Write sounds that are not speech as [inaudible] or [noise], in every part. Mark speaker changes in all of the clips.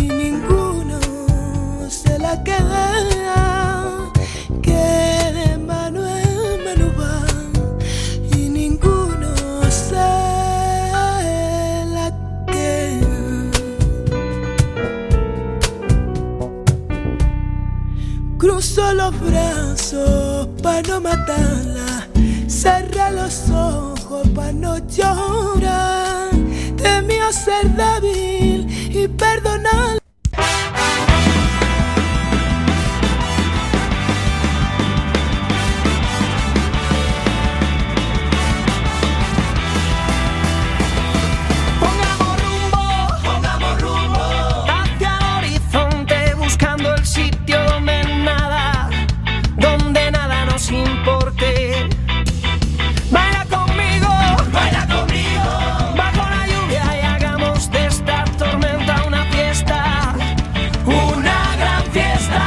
Speaker 1: y ninguno se la queda. Que de mano en mano va y ninguno se la queda. Cruzo los brazos para no matarla. Cerré los ojos para no llorar. Temió ser débil y perdonar.
Speaker 2: Pongamos rumbo, pongamos rumbo hacia el horizonte buscando el sitio donde nada, donde nada nos importe. Baila conmigo, baila conmigo bajo la lluvia y hagamos de esta tormenta una fiesta, una gran fiesta.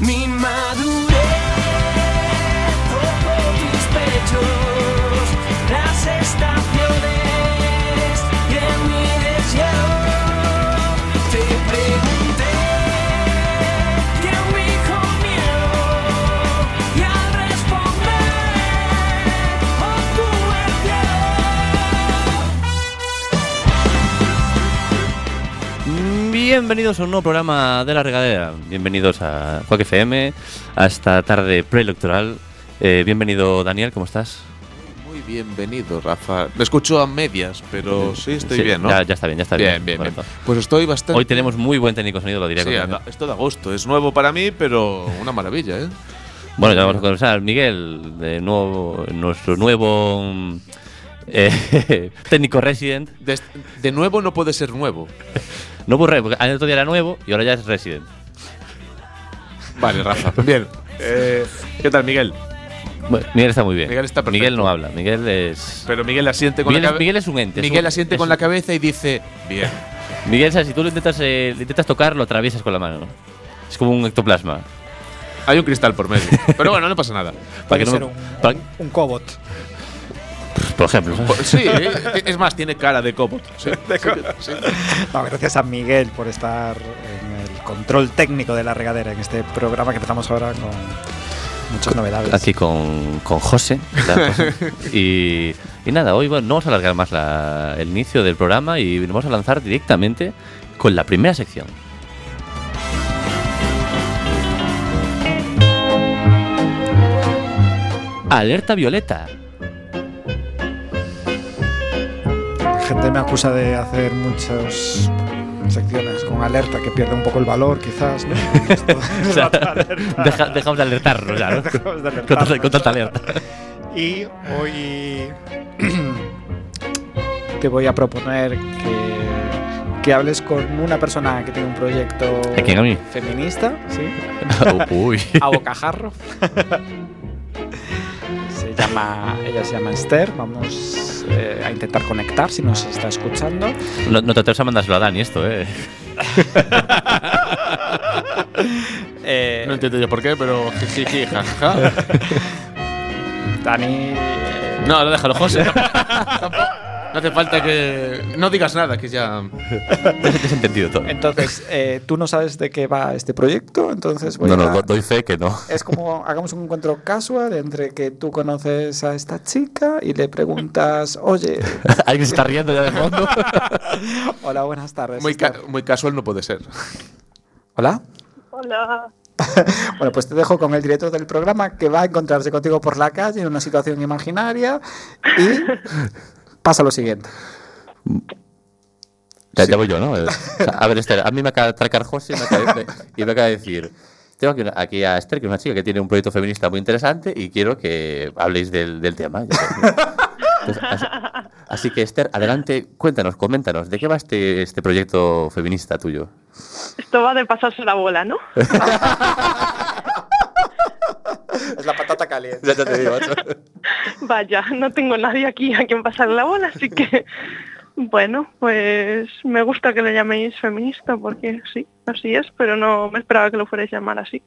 Speaker 2: Mi madurez toco tus pechos, las estaciones y en mi deseo te pregunté qué me dijo miedo y al responder obtuve el
Speaker 3: Bienvenidos a un nuevo programa de La Regadera. Bienvenidos a Quack FM, a esta tarde preelectoral. Eh, bienvenido, Daniel, ¿cómo estás?
Speaker 4: Muy bienvenido, Rafa. Me escucho a medias, pero sí, estoy
Speaker 3: Sí,
Speaker 4: bien, ¿no?
Speaker 3: Ya, ya está bien, ya está bien.
Speaker 4: Bien, bien, bien.
Speaker 3: Correcto.
Speaker 4: Pues estoy bastante.
Speaker 3: Hoy tenemos muy buen técnico de sonido, lo diría.
Speaker 4: Sí,
Speaker 3: con-
Speaker 4: anda- esto de agosto. Es nuevo para mí, pero una maravilla, ¿eh?
Speaker 3: Bueno, ya vamos a conversar. Miguel, de nuevo, nuestro nuevo mm, eh, [laughs] técnico resident.
Speaker 4: De, de nuevo no puede ser nuevo.
Speaker 3: No burré, porque el otro día era nuevo y ahora ya es resident.
Speaker 4: Vale,
Speaker 3: [laughs]
Speaker 4: Rafa. Bien. Eh, ¿Qué tal, Miguel?
Speaker 3: Bueno, Miguel está muy bien.
Speaker 4: Miguel está perfecto.
Speaker 3: Miguel no habla, Miguel es.
Speaker 4: Pero Miguel asiente con
Speaker 3: Miguel,
Speaker 4: la
Speaker 3: es-
Speaker 4: cabeza.
Speaker 3: Miguel es un ente. es
Speaker 4: Miguel
Speaker 3: un-
Speaker 4: asiente
Speaker 3: es
Speaker 4: con
Speaker 3: un-
Speaker 4: la cabeza y dice:
Speaker 3: [laughs]
Speaker 4: Bien.
Speaker 3: Miguel, ¿sabes? si tú lo intentas, eh, lo intentas tocar, lo atraviesas con la mano. Es como un ectoplasma.
Speaker 4: Hay un cristal por medio. Pero bueno, no pasa nada.
Speaker 3: Para
Speaker 5: Puede
Speaker 3: que
Speaker 5: ser
Speaker 3: no-
Speaker 5: un,
Speaker 3: para-
Speaker 5: un- un cobot.
Speaker 3: por ejemplo. ¿sabes?
Speaker 4: Pues Sí, eh, es más, tiene cara [laughs] de cobot. Sí, sí, sí.
Speaker 5: No, gracias a Miguel por estar en el control técnico de la regadera en este programa que empezamos ahora con muchas novedades.
Speaker 3: Aquí con, con José. ¿qué tal, José? y, y nada, hoy bueno, no vamos a alargar más la- el inicio del programa y nos vamos a lanzar directamente con la primera sección. Alerta Violeta.
Speaker 5: La gente me acusa de hacer muchas secciones con alerta que pierde un poco el valor, quizás.
Speaker 3: [laughs]
Speaker 5: ¿no? Esto-
Speaker 3: O sea, [laughs] deja- dejamos de alertarnos,
Speaker 5: [laughs]
Speaker 3: ya, ¿no?
Speaker 5: Dejamos de
Speaker 3: Con tanta-
Speaker 5: alertarnos.
Speaker 3: con tanta alerta.
Speaker 5: Y hoy [clears throat] te voy a proponer que, que hables con una persona que tiene un proyecto
Speaker 3: ¿A quién, a mí?
Speaker 5: feminista, ¿sí?
Speaker 3: Uy.
Speaker 5: a bocajarro. [laughs] se llama, ella se llama Esther, vamos eh, a intentar conectar si nos está escuchando.
Speaker 3: No, no te atreves a mandárselo a Dani esto, ¿eh?
Speaker 5: Eh,
Speaker 4: No entiendo yo por qué, pero jiji, jaja.
Speaker 3: [laughs]
Speaker 5: Dani, eh,
Speaker 4: No, no,
Speaker 3: [laughs]
Speaker 4: déjalo, José. Tampoco- No hace falta que. No digas nada, que ya.
Speaker 3: Ya se te has entendido todo.
Speaker 5: entonces, eh, tú no sabes de qué va este proyecto, entonces voy a-
Speaker 3: doy fe que no.
Speaker 5: Es
Speaker 3: [laughs]
Speaker 5: como hagamos un encuentro casual entre que tú conoces a esta chica y le preguntas, oye,
Speaker 3: [laughs] [laughs] Alguien se está riendo ya de fondo.
Speaker 5: hola, buenas tardes.
Speaker 4: Muy, ca-
Speaker 5: Esther".
Speaker 4: muy casual no puede ser.
Speaker 5: Hola.
Speaker 6: Hola,
Speaker 5: Bueno, pues te dejo con el director del programa que va a encontrarse contigo por la calle en una situación imaginaria y pasa lo siguiente.
Speaker 3: Ya, ya voy yo, ¿no? Eh, A ver, Esther, a mí me acaba de atracar José y me acaba de, y me acaba de decir, tengo aquí, una- aquí a Esther, que es una chica que tiene un proyecto feminista muy interesante y quiero que habléis del, del tema. Ya está. Entonces, así, así que, Esther, adelante, cuéntanos, coméntanos, ¿de qué va este, este proyecto feminista tuyo?
Speaker 6: esto va de pasarse la bola, ¿no?
Speaker 5: Es la patata caliente.
Speaker 3: Ya te digo,
Speaker 6: Vaya, no tengo nadie aquí a quien pasar la bola, así que bueno, pues me gusta que lo llaméis feminista porque sí, así es, pero no me esperaba que lo fuerais a llamar así.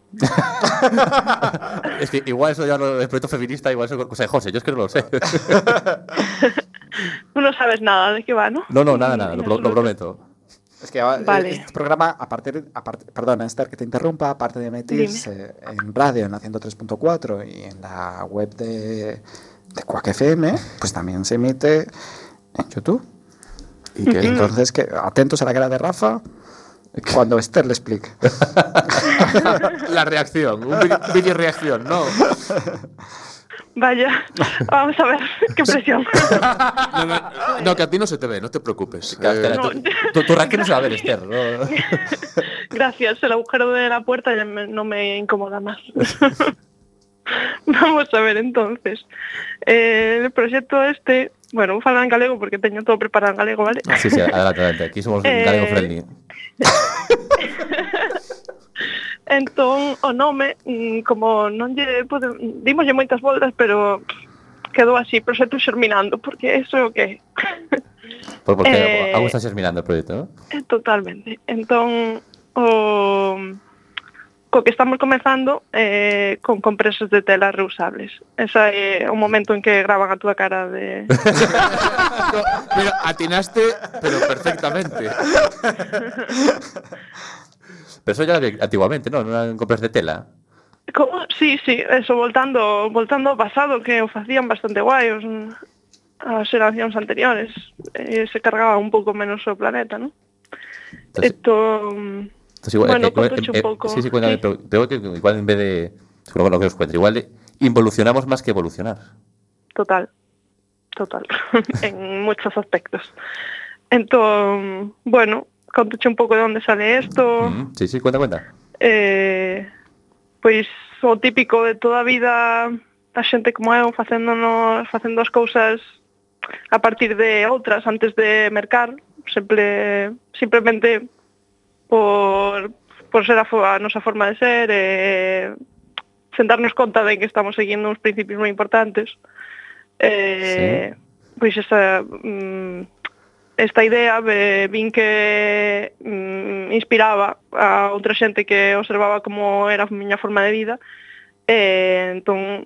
Speaker 3: Es que igual eso ya no es proyecto feminista, igual eso es cosa de José, yo es que no lo sé.
Speaker 6: Tú no sabes nada de qué va, ¿no?
Speaker 4: [laughs]
Speaker 3: No, no, nada, nada, lo, pro- lo prometo.
Speaker 5: Es que eh,
Speaker 6: Vale.
Speaker 5: este programa, aparte, aparte, perdona, Esther, que te interrumpa, aparte de emitirse en radio en la 103.4 y en la web de, de Quack FM, pues también se emite en YouTube. Y que, entonces, que, atentos a la cara de Rafa cuando Esther le explique.
Speaker 7: La reacción, un vi- vídeo reacción, no.
Speaker 6: Vaya, vamos a ver, [laughs] qué presión.
Speaker 4: No, no, no, que a ti no se te ve, no te preocupes.
Speaker 7: Espera,
Speaker 4: Eh,
Speaker 7: tú- tú- tú Raquel no se va a ver, Esther. ¿no?
Speaker 6: Gracias, el agujero de la puerta ya me- no me incomoda más. [laughs] Vamos a ver entonces. Eh, el proxecto este, bueno, vou falar en galego porque teño todo preparado en galego, vale?
Speaker 7: [laughs] Sí, sí, adelante, adelante. Aquí somos
Speaker 6: Eh,
Speaker 7: galego friendly.
Speaker 6: Entón, o nome, mm, como non lle pode, dimoslle moitas voltas, pero quedou así, proxecto xerminando, porque eso é o que é.
Speaker 7: [laughs] Por- Porque
Speaker 6: eh,
Speaker 7: aún estás mirando el proyecto, ¿no?
Speaker 6: Eh, Totalmente. Entón, o co que estamos comezando eh, con compresas de tela reusables. Esa é o momento en que graban a túa cara de...
Speaker 7: [laughs]
Speaker 4: Eh, pero atinaste, pero perfectamente.
Speaker 7: Pero eso ya lo había antiguamente, ¿no? No eran compras de tela.
Speaker 6: Como? Sí, sí, eso, voltando, voltando ao pasado, que o facían bastante guai os, as xeracións anteriores. Eh, se cargaba un pouco menos o planeta, non?
Speaker 7: Entonces,
Speaker 6: Esto...
Speaker 7: entonces igual,
Speaker 6: bueno,
Speaker 7: eh, igual,
Speaker 6: contoche
Speaker 7: eh,
Speaker 6: un poco.
Speaker 7: Sí, sí, cuéntame,
Speaker 6: Sí.
Speaker 7: pero creo que igual en vez de. Seguro lo que os cuento, igual involucionamos más que evolucionar.
Speaker 6: Total, total, [laughs] en muchos aspectos. Entonces, bueno, contoche un pouco de onde sale isto.
Speaker 7: Mm, Sí, sí, cuenta, cuenta.
Speaker 6: Eh, pois o típico de toda a vida da xente como eu facéndonos, facendo as cousas a partir de outras antes de mercar, sempre simplemente por por ser a, fo- a nosa forma de ser e sen darnos conta de que estamos seguindo uns principios moi importantes. Eh, pois esa mm, esta idea ve- vin que mm, inspiraba a outra xente que observaba como era a miña forma de vida e entón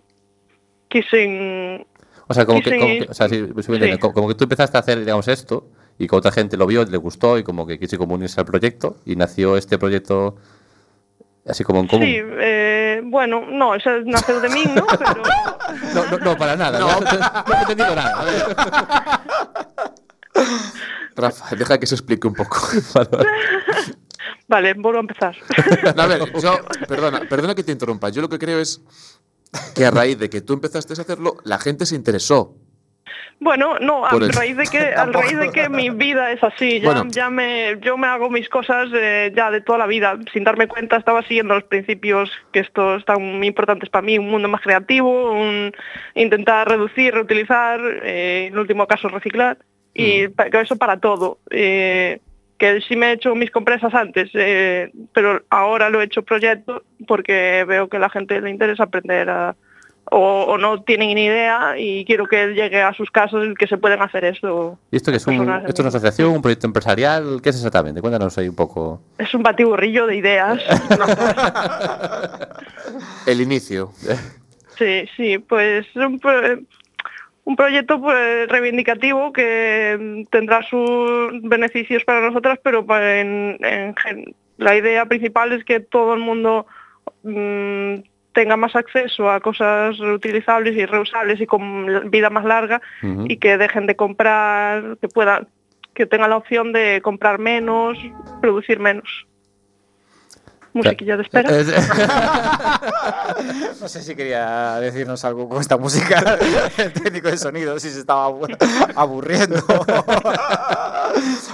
Speaker 6: quixen
Speaker 7: O sea, como
Speaker 6: Sí,
Speaker 7: que,
Speaker 6: sí.
Speaker 7: como que, o sea, sí, sí, me
Speaker 6: Sí.
Speaker 7: entiendo. como, como que tú empezaste a hacer, digamos, esto y que otra gente lo vio, le gustó y como que quiso como unirse al proyecto y nació este proyecto así como en común.
Speaker 6: Sí, eh, bueno, no, xa naceu de min, ¿no? Pero
Speaker 7: No, no, no, para nada. No, no he entendido nada. A ver.
Speaker 4: Rafa, deja que se explique un poco.
Speaker 6: vale, volvo a empezar.
Speaker 4: No, a ver, yo, perdona, perdona que te interrumpa. Yo lo que creo es que a raíz de que tú empezaste a hacerlo, la gente se interesó.
Speaker 6: Bueno, no, a
Speaker 4: Por el-
Speaker 6: raíz de que al
Speaker 5: Tampoco.
Speaker 6: raíz de que mi vida es así, ya,
Speaker 4: Bueno.
Speaker 6: ya me yo me hago mis cosas eh, ya de toda la vida, sin darme cuenta estaba siguiendo los principios que estos tan importantes para mí, un mundo más creativo, un intentar reducir, reutilizar, eh, en último caso reciclar y pa- que eso para todo. eh, que sí me he hecho mis compresas antes, eh, pero ahora lo he hecho proyecto porque veo que a la gente le interesa aprender a, o, o no tienen ni idea y quiero que llegue a sus casos y que se pueden hacer eso.
Speaker 7: ¿Y esto que es un,
Speaker 6: Personas
Speaker 7: esto es una asociación, un proyecto empresarial? ¿Qué es exactamente? Cuéntanos ahí un poco.
Speaker 6: Es un batiburrillo de ideas.
Speaker 4: El inicio.
Speaker 6: Sí, sí, pues un, pro- un proyecto pues, reivindicativo que mm, tendrá sus beneficios para nosotras, pero pa- en- en gen- la idea principal es que todo el mundo mm, tenga más acceso a cosas reutilizables y reusables y con vida más larga
Speaker 7: Ujú.
Speaker 6: y que dejen de comprar, que puedan, que tengan la opción de comprar menos, producir menos. Musiquilla de espera.
Speaker 7: Eh,
Speaker 5: No sé si quería decirnos algo con esta música, [laughs] el técnico de sonido, si se estaba abu- aburriendo.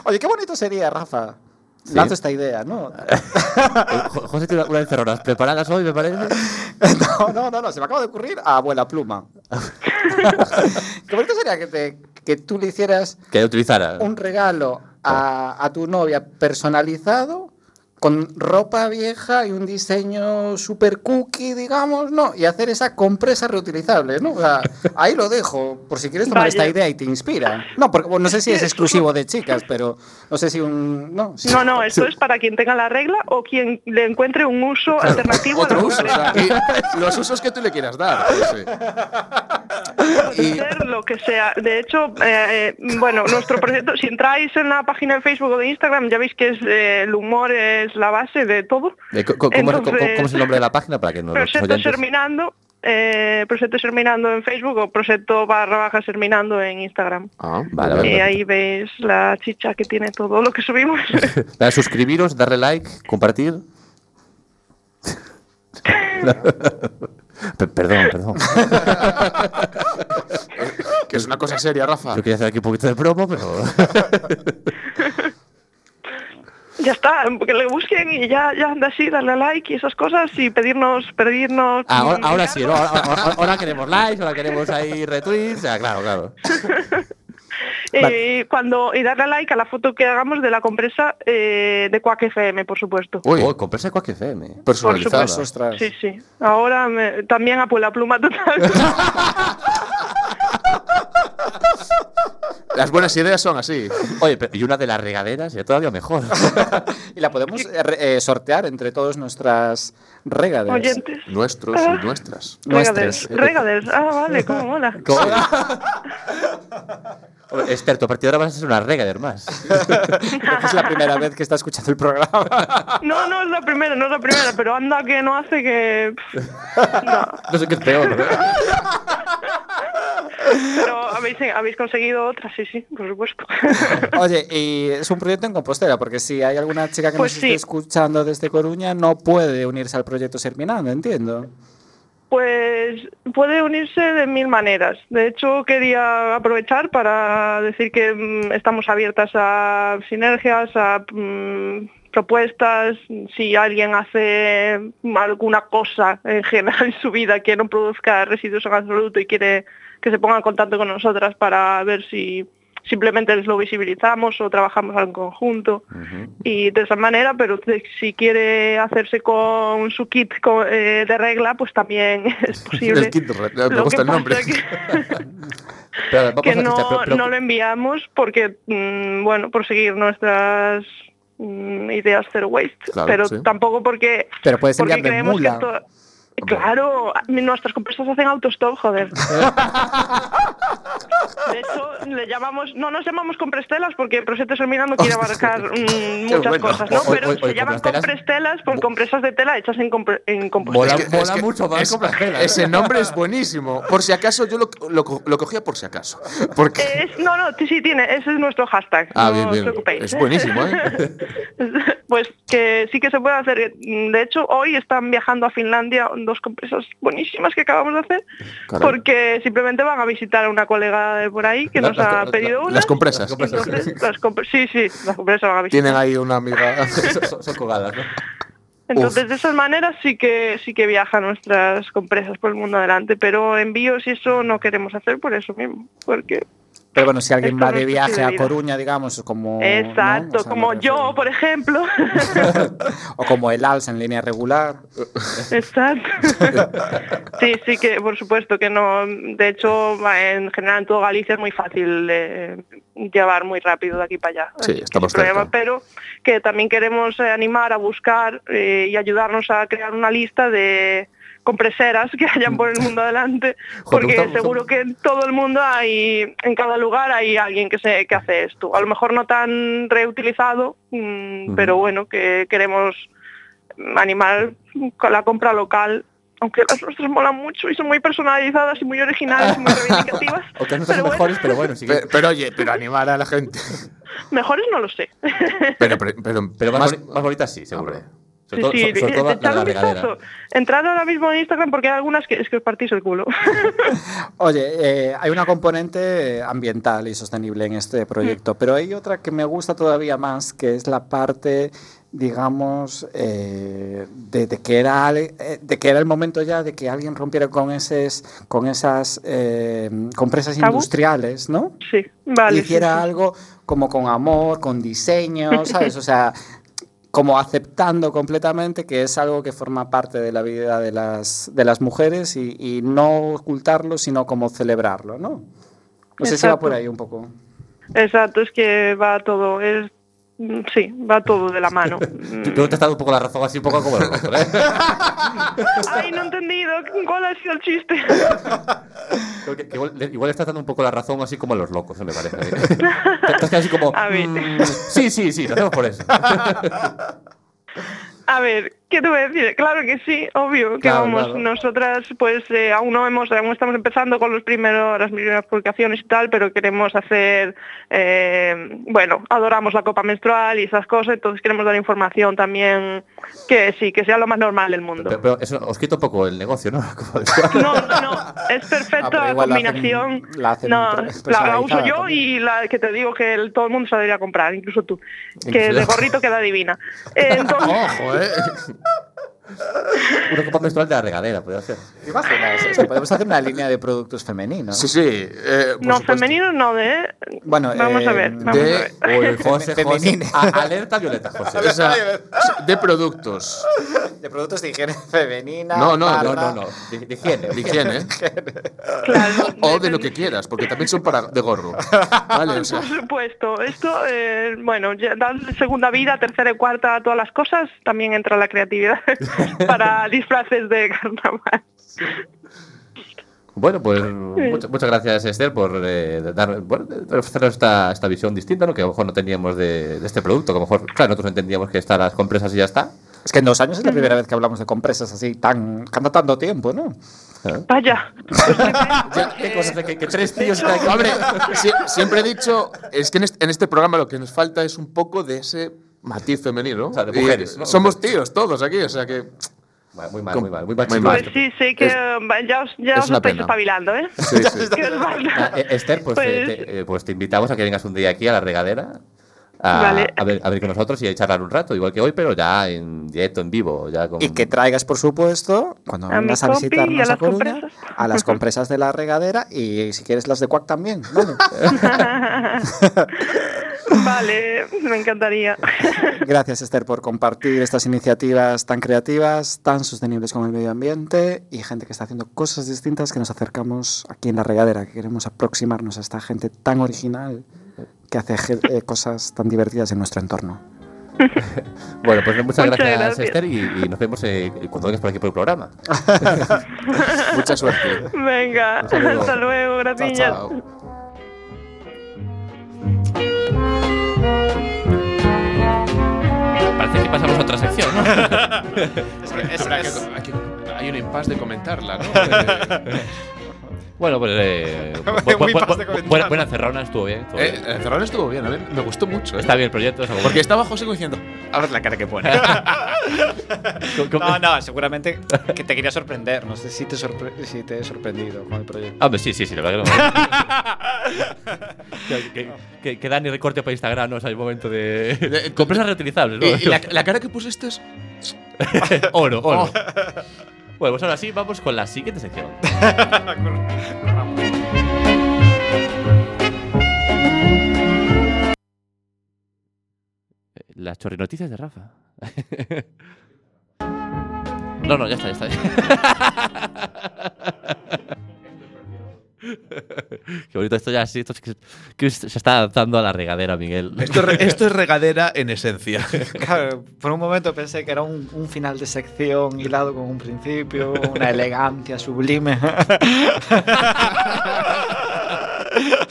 Speaker 5: Oye, qué bonito sería, Rafa.
Speaker 7: Sí.
Speaker 5: Lanzo esta idea, ¿no? [laughs]
Speaker 7: Eh, Jo- José tiene unas cerronas preparadas hoy, me parece.
Speaker 5: No, no, no, no, se me acaba de ocurrir a Abuela Pluma. qué bonito sería que, te- que tú le hicieras
Speaker 7: Que eh, utilizara.
Speaker 5: un regalo a, a tu novia personalizado con ropa vieja y un diseño super cookie, digamos, ¿no? Y hacer esa compresa reutilizable, ¿no? O sea, ahí lo dejo, por si quieres tomar
Speaker 6: Vaya.
Speaker 5: esta idea y te inspira. No, porque bueno, no sé si es exclusivo de chicas, pero no sé si un... No, sí.
Speaker 6: No, no, esto es para quien tenga la regla o quien le encuentre un uso alternativo a la
Speaker 4: Otro uso, o
Speaker 6: regla.
Speaker 4: sea, que los usos que tú le quieras dar. José.
Speaker 6: hacer lo que sea. De hecho, eh, eh, bueno, nuestro proyecto, si entráis en la página de Facebook o de Instagram, ya veis que es, eh, el humor es la base de todo.
Speaker 7: Eh, co- co- ¿Cómo, es- co- co-
Speaker 6: Entonces-
Speaker 7: cómo es el nombre de la página para que nos los
Speaker 6: Proyecto
Speaker 7: oyentes-
Speaker 6: Serminando, eh, Proyecto Serminando en Facebook o Proyecto barra baja Serminando en Instagram.
Speaker 4: Ah,
Speaker 7: Vale,
Speaker 6: Y
Speaker 7: vale. [laughs]
Speaker 6: ahí veis la chicha que tiene todo lo que subimos.
Speaker 7: Dale, suscribiros, darle like, compartir. [laughs] Pe- perdón, perdón.
Speaker 4: Que es una cosa seria, Rafa.
Speaker 7: Yo quería hacer aquí un poquito de promo, pero. [laughs]
Speaker 6: ya está, que le busquen y ya, ya anda así, darle a like y esas cosas y pedirnos, pedirnos.
Speaker 7: Ah, Ahora,
Speaker 6: mm,
Speaker 7: ahora sí, ¿no?
Speaker 6: algo.
Speaker 7: ahora, ahora- ahora queremos likes, ahora queremos ahí retweets. Ah, claro, claro.
Speaker 6: Eh, cuando, y darle a like a la foto que hagamos de la compresa eh, de Quack FM, por supuesto.
Speaker 4: Uy,
Speaker 7: Uy, comprarse Quack FM.
Speaker 4: personalizada.
Speaker 6: por supuesto.
Speaker 5: Ostras.
Speaker 6: Sí, sí. Ahora me- también a la
Speaker 5: [laughs]
Speaker 6: pluma total.
Speaker 4: Las buenas ideas son así.
Speaker 7: Oye, pero- y una de las regaderas, ya todavía mejor. [laughs]
Speaker 5: Y la podemos eh, re- eh, sortear entre todas nuestras regaderas.
Speaker 6: Oyentes.
Speaker 4: Nuestros y nuestras.
Speaker 5: Nuestras.
Speaker 6: Regaders, regaders. Ah, vale, cómo mola.
Speaker 7: Hombre, Esther, tu a partir de ahora vas a ser una regader más.
Speaker 5: Creo que es la primera vez que está escuchando el programa.
Speaker 6: No, no es la primera, no es la primera, pero anda que no hace que... No,
Speaker 7: No sé qué es peor. ¿no?
Speaker 6: pero habéis, habéis conseguido otra, sí, sí, por
Speaker 5: [laughs]
Speaker 6: supuesto.
Speaker 5: Oye, y es un proyecto en Compostela, porque si hay alguna chica que
Speaker 6: Pues
Speaker 5: nos
Speaker 6: sí.
Speaker 5: esté escuchando desde Coruña, no puede unirse al proyecto Serminando, entiendo.
Speaker 6: Pues puede unirse de mil maneras. De hecho, quería aprovechar para decir que mm, estamos abiertas a sinergias, a mm, propuestas. Si alguien hace alguna cosa en general en su vida que no produzca residuos en absoluto y quiere que se ponga en contacto con nosotras para ver si simplemente les lo visibilizamos o trabajamos en conjunto y de esa manera, pero te- si quiere hacerse con su kit co- eh, de regla, pues también es posible.
Speaker 4: El kit de regla, me
Speaker 6: Lo
Speaker 4: gusta el
Speaker 6: que
Speaker 4: nombre.
Speaker 6: pasa que-
Speaker 4: [laughs]
Speaker 7: Pero vamos
Speaker 6: que
Speaker 7: a-
Speaker 6: no,
Speaker 7: Esther, pero- pero-
Speaker 6: no lo enviamos porque, mm, bueno, por seguir nuestras mm, ideas zero waste,
Speaker 4: Claro,
Speaker 6: pero
Speaker 4: sí.
Speaker 6: tampoco porque,
Speaker 5: Pero puedes
Speaker 6: porque
Speaker 5: enviarle
Speaker 6: creemos
Speaker 5: mula.
Speaker 6: que esto... Claro, nuestras compresas hacen autostop,
Speaker 4: [laughs]
Speaker 6: joder. De hecho, le llamamos, no nos llamamos comprestelas porque Prosete Sermina no quiere abarcar mm, muchas
Speaker 4: bueno.
Speaker 6: cosas, ¿no?
Speaker 7: Oye,
Speaker 6: Pero
Speaker 7: oye, oye,
Speaker 6: se llaman
Speaker 7: comprestelas-
Speaker 6: comprestelas por compresas de tela hechas en, compre- en compost.
Speaker 4: Es
Speaker 7: Mola,
Speaker 4: que- es
Speaker 7: mola
Speaker 4: que
Speaker 7: mucho más
Speaker 4: es-
Speaker 7: comprar tela, ¿eh?
Speaker 4: Ese nombre es buenísimo. Por si acaso, yo lo, lo co- lo cogía por si acaso. Porque
Speaker 6: Eh, es- no, no, sí, sí, tiene, ese es nuestro hashtag.
Speaker 4: Ah,
Speaker 6: no
Speaker 4: bien,
Speaker 6: os
Speaker 4: bien.
Speaker 6: preocupéis.
Speaker 4: Es buenísimo, ¿eh?
Speaker 6: pues que sí que se puede hacer. De hecho, hoy están viajando a Finlandia dos compresas buenísimas que acabamos de hacer,
Speaker 4: Caray.
Speaker 6: porque simplemente van a visitar a una colega de por ahí [laughs] que
Speaker 7: La-
Speaker 6: nos
Speaker 7: la-
Speaker 6: ha
Speaker 7: la-
Speaker 6: pedido una.
Speaker 4: las compresas
Speaker 6: Entonces, las compre- sí, sí, las compresas van a visitar.
Speaker 4: tienen ahí una
Speaker 6: [laughs]
Speaker 4: amiga. [laughs]
Speaker 7: son, son- son colgadas, ¿no?
Speaker 6: Entonces, de esas maneras sí que sí que viajan nuestras compresas por el mundo adelante, pero envíos y eso no queremos hacer por eso mismo, porque
Speaker 5: Pero bueno, si alguien
Speaker 6: Esto
Speaker 5: va
Speaker 6: no
Speaker 5: de
Speaker 6: es
Speaker 5: viaje a
Speaker 6: posibilidad.
Speaker 5: Coruña, digamos, como... Oh, ¿no?
Speaker 6: Exacto,
Speaker 5: O sea, me
Speaker 6: como yo,
Speaker 5: refiero-
Speaker 6: por ejemplo.
Speaker 5: o como el alza en línea regular.
Speaker 6: Exacto. sí, sí que, por supuesto que no. De hecho, en general en todo Galicia es muy fácil eh, llevar muy rápido de aquí para allá.
Speaker 4: Sí,
Speaker 6: Así que
Speaker 4: estamos
Speaker 6: sin problema,
Speaker 4: cerca.
Speaker 6: Pero que también queremos eh, animar a buscar eh, y ayudarnos a crear una lista de compreseras que hayan por el mundo adelante, porque
Speaker 7: gusta-
Speaker 6: seguro que en todo el mundo hay, en cada lugar hay alguien que se que hace esto. A lo mejor no tan reutilizado, mm, pero bueno, que queremos animar con la compra local, aunque las nuestras molan mucho y son muy personalizadas y muy originales y
Speaker 7: [laughs]
Speaker 6: muy reivindicativas.
Speaker 7: Aunque no son
Speaker 6: pero bueno,
Speaker 7: mejores, pero bueno, sí que-
Speaker 4: Pero, pero oye, pero animar a la gente.
Speaker 6: mejores no lo sé.
Speaker 4: Pero, pero, pero,
Speaker 7: Pero más,
Speaker 4: más-
Speaker 7: boni- más bonitas sí, seguro. ¿eh?
Speaker 6: Sí, [laughs]
Speaker 7: Sobre todo,
Speaker 6: sí,
Speaker 7: so- sobre todo la,
Speaker 6: echad
Speaker 7: la
Speaker 6: un
Speaker 7: regadera.
Speaker 6: vistazo. Entrad ahora mismo en Instagram porque hay algunas que es que os partís el culo. [laughs]
Speaker 5: Oye, eh, hay una componente ambiental y sostenible en este proyecto, pero hay otra que me gusta todavía más, que es la parte, digamos, eh, de, de que era, al- eh, de que era el momento ya de que alguien rompiera con, eses- con esas eh, compresas
Speaker 6: ¿Tabú?
Speaker 5: industriales, ¿no?
Speaker 6: Sí, vale.
Speaker 5: y
Speaker 6: sí,
Speaker 5: hiciera
Speaker 6: sí.
Speaker 5: algo como con amor, con
Speaker 6: [laughs]
Speaker 5: diseño, ¿sabes? O sea, como aceptando completamente que es algo que forma parte de la vida de las, de las mujeres y, y no ocultarlo, sino como celebrarlo, ¿no? No sé si va
Speaker 6: Exacto.
Speaker 5: por ahí un poco.
Speaker 6: Exacto, es que va todo, es mm, sí, va todo de la mano. Mm.
Speaker 7: [laughs] Tú te has dado un poco la razón así, un poco como el otro, ¿eh?
Speaker 6: Ay, no he entendido cuál ha sido el chiste.
Speaker 7: Creo que- que igual, le- igual estás dando un poco la razón así como a los locos, me parece. ¿eh? Te- Estás quedando así como...
Speaker 6: A ver.
Speaker 7: "Mm, sí, sí, sí, lo hacemos por eso.
Speaker 6: A ver, ¿qué te voy a decir? Claro que sí, obvio, que
Speaker 7: Claro,
Speaker 6: vamos,
Speaker 7: claro.
Speaker 6: nosotras pues eh, aún no hemos, aún estamos empezando con los primeros, las primeras publicaciones y tal, pero queremos hacer, eh, bueno, adoramos la copa menstrual y esas cosas, entonces queremos dar información también que sí, que sea lo más normal del mundo.
Speaker 7: Pero, pero eso os quita un poco el negocio, ¿no? Como de-
Speaker 6: No, no, es
Speaker 5: Ah,
Speaker 6: perfecta
Speaker 5: pero
Speaker 6: la
Speaker 5: igual la hacen-
Speaker 6: combinación.
Speaker 5: la hacen
Speaker 6: no,
Speaker 5: pre-
Speaker 6: la, la
Speaker 5: personalizada
Speaker 6: uso yo
Speaker 5: también.
Speaker 6: y la que te digo que el- todo el mundo se la debería comprar, incluso tú. Que
Speaker 7: Incluso-
Speaker 6: de gorrito
Speaker 5: [laughs]
Speaker 6: queda divina. Eh, Entonces,
Speaker 5: Oh,
Speaker 4: Ojo, ¿eh?
Speaker 7: Una copa menstrual de la regadera, podría ser.
Speaker 5: ¿Te imaginas? O sea, podemos hacer una línea de productos femeninos.
Speaker 4: Sí, sí. eh, por
Speaker 6: no,
Speaker 4: supuesto.
Speaker 6: femenino no, de.
Speaker 5: Bueno,
Speaker 6: vamos
Speaker 5: eh,
Speaker 6: a ver, vamos a ver.
Speaker 4: De,
Speaker 7: Uy, José, José.
Speaker 5: Femenina.
Speaker 7: A- alerta violeta, José.
Speaker 4: o sea, de productos.
Speaker 5: De productos de higiene [laughs] femenina.
Speaker 4: No, Ah, no,
Speaker 5: barra-
Speaker 7: No, no, no. De, de higiene.
Speaker 4: De [laughs] higiene.
Speaker 6: Claro,
Speaker 4: [laughs] O de lo que quieras, porque también son para de gorro. Vale,
Speaker 7: Ah.
Speaker 4: o sea.
Speaker 6: [laughs] Por supuesto, esto, eh, bueno, ya dan segunda vida, tercera y cuarta a todas las cosas, también entra la creatividad [laughs]
Speaker 4: [laughs]
Speaker 6: para disfraces de carnaval.
Speaker 7: Bueno, pues muchas, muchas gracias, Esther, por eh, dar, bueno, de- de ofrecernos esta, esta visión distinta, ¿no? que a lo mejor no teníamos de, de este producto. Que a lo mejor, claro, nosotros entendíamos que están las compresas y ya está.
Speaker 5: Es que en dos años es la primera vez que hablamos de compresas así tan. canta tanto tiempo, ¿no?
Speaker 6: Vaya, pues
Speaker 7: ¿Qué cosas? de Que, que tres tíos están aquí.
Speaker 4: Hombre, si- siempre he dicho, es que en este, en este programa lo que nos falta es un poco de ese matiz femenino.
Speaker 7: O sea, de
Speaker 4: Y
Speaker 7: mujeres, ¿no?
Speaker 4: Somos tíos todos aquí, o sea que.
Speaker 7: Vale, Muy mal, muy mal. Muy mal.
Speaker 4: Muy
Speaker 6: pues
Speaker 4: mal.
Speaker 6: sí, sí que
Speaker 4: Es-
Speaker 6: eh, ya os, ya
Speaker 4: es
Speaker 6: os
Speaker 4: una
Speaker 6: estáis
Speaker 4: pena.
Speaker 6: espabilando, ¿eh?
Speaker 4: Sí, [laughs] sí.
Speaker 6: [laughs] Que os
Speaker 7: Ah,
Speaker 6: valga.
Speaker 7: eh, Esther, pues, eh,
Speaker 6: Pues-
Speaker 7: te, eh, pues te invitamos a que vengas un día aquí a la regadera. A,
Speaker 6: Vale.
Speaker 7: a ver, a ver con nosotros y a charlar un rato, igual que hoy, pero ya en directo, en vivo. Ya con...
Speaker 5: Y que traigas, por supuesto, cuando
Speaker 6: A mi
Speaker 5: vengas a
Speaker 6: compi y a
Speaker 5: visitarnos a,
Speaker 6: las
Speaker 5: Coruña,
Speaker 6: compresas.
Speaker 5: a
Speaker 6: [laughs]
Speaker 5: las compresas de la regadera y si quieres las de Cuac también.
Speaker 6: [laughs]
Speaker 5: Bueno,
Speaker 4: ah.
Speaker 6: Vale, me
Speaker 4: [laughs]
Speaker 6: encantaría.
Speaker 5: gracias, Esther, por compartir estas iniciativas tan creativas, tan sostenibles con el medio ambiente y gente que está haciendo cosas distintas que nos acercamos aquí en la regadera, que queremos aproximarnos a esta gente tan original que hace ge- eh, cosas tan divertidas en nuestro entorno.
Speaker 7: Bueno, pues
Speaker 6: Muchas
Speaker 7: muchas, gracias,
Speaker 6: gracias.
Speaker 7: Esther, y, y nos vemos eh, cuando vengas por aquí por el programa.
Speaker 4: Mucha suerte.
Speaker 6: Venga,
Speaker 7: saludo.
Speaker 6: hasta luego, gracias.
Speaker 4: Chao.
Speaker 7: Parece que pasamos a otra sección, ¿no?
Speaker 4: hay un impasse de comentarla, ¿no?
Speaker 7: Bueno, pues. [laughs] Eh,
Speaker 3: Muy
Speaker 7: bu- bu-
Speaker 3: pas
Speaker 7: bu-
Speaker 3: de
Speaker 7: bu-
Speaker 3: comentar.
Speaker 7: buena, buena cerrona, estuvo bien. estuvo bien.
Speaker 4: el cerrón Eh, estuvo bien, a mí me gustó mucho. ¿eh?
Speaker 7: Está bien el proyecto. seguro.
Speaker 4: Porque estaba José como diciendo, a ver la cara que pone.
Speaker 7: Co- co-
Speaker 3: No, no, seguramente que te quería sorprender. No sé si te, sorpre- si te he sorprendido con el proyecto.
Speaker 7: Ah, hombre, sí, sí, sí, la verdad que [laughs] no. que, que, que, que Dani recorte para Instagram, ¿no? O sea, el momento [laughs] de.
Speaker 4: De-
Speaker 7: Compresas reutilizables,
Speaker 3: [laughs]
Speaker 7: ¿no?
Speaker 4: y, y la, la cara que pusiste es.
Speaker 7: [laughs] oro, oro. Oh. Bueno, pues ahora sí, vamos con la siguiente [laughs] sección. Las chorrinoticias de Rafa. [laughs] No, no, ya está, [laughs] ya está. Qué bonito, esto ya sí, esto es que- que se está adaptando a la regadera, Miguel.
Speaker 8: Esto es, re- esto es regadera en esencia.
Speaker 3: Claro, por un momento pensé que era un, un final de sección hilado con un principio, una elegancia sublime. [laughs]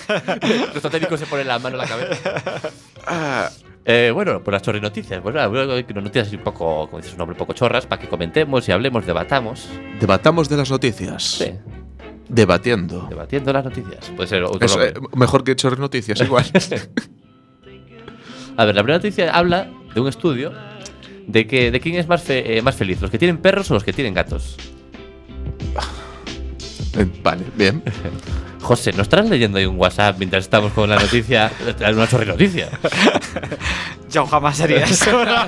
Speaker 7: Nuestro técnico se pone la mano en la cabeza. [laughs] Eh, bueno, pues las chorrinoticias. Bueno, noticias así un poco, como dices, un nombre un poco chorras, para que comentemos y hablemos, debatamos.
Speaker 8: Debatamos de las noticias.
Speaker 7: Sí,
Speaker 8: Debatiendo.
Speaker 7: debatiendo las noticias. Puede ser otro
Speaker 8: Eso,
Speaker 7: nombre.
Speaker 8: eh, mejor que echar noticias, igual.
Speaker 7: A ver, la primera noticia habla de un estudio de, que, de quién es más, fe- eh, más feliz, los que tienen perros o los que tienen gatos.
Speaker 8: Eh, vale,
Speaker 3: [laughs]
Speaker 8: bien.
Speaker 7: José, ¿no estás leyendo ahí un WhatsApp mientras estamos con la noticia? [laughs] Eh, una chorrinoticia.
Speaker 3: Yo jamás haría eso. No,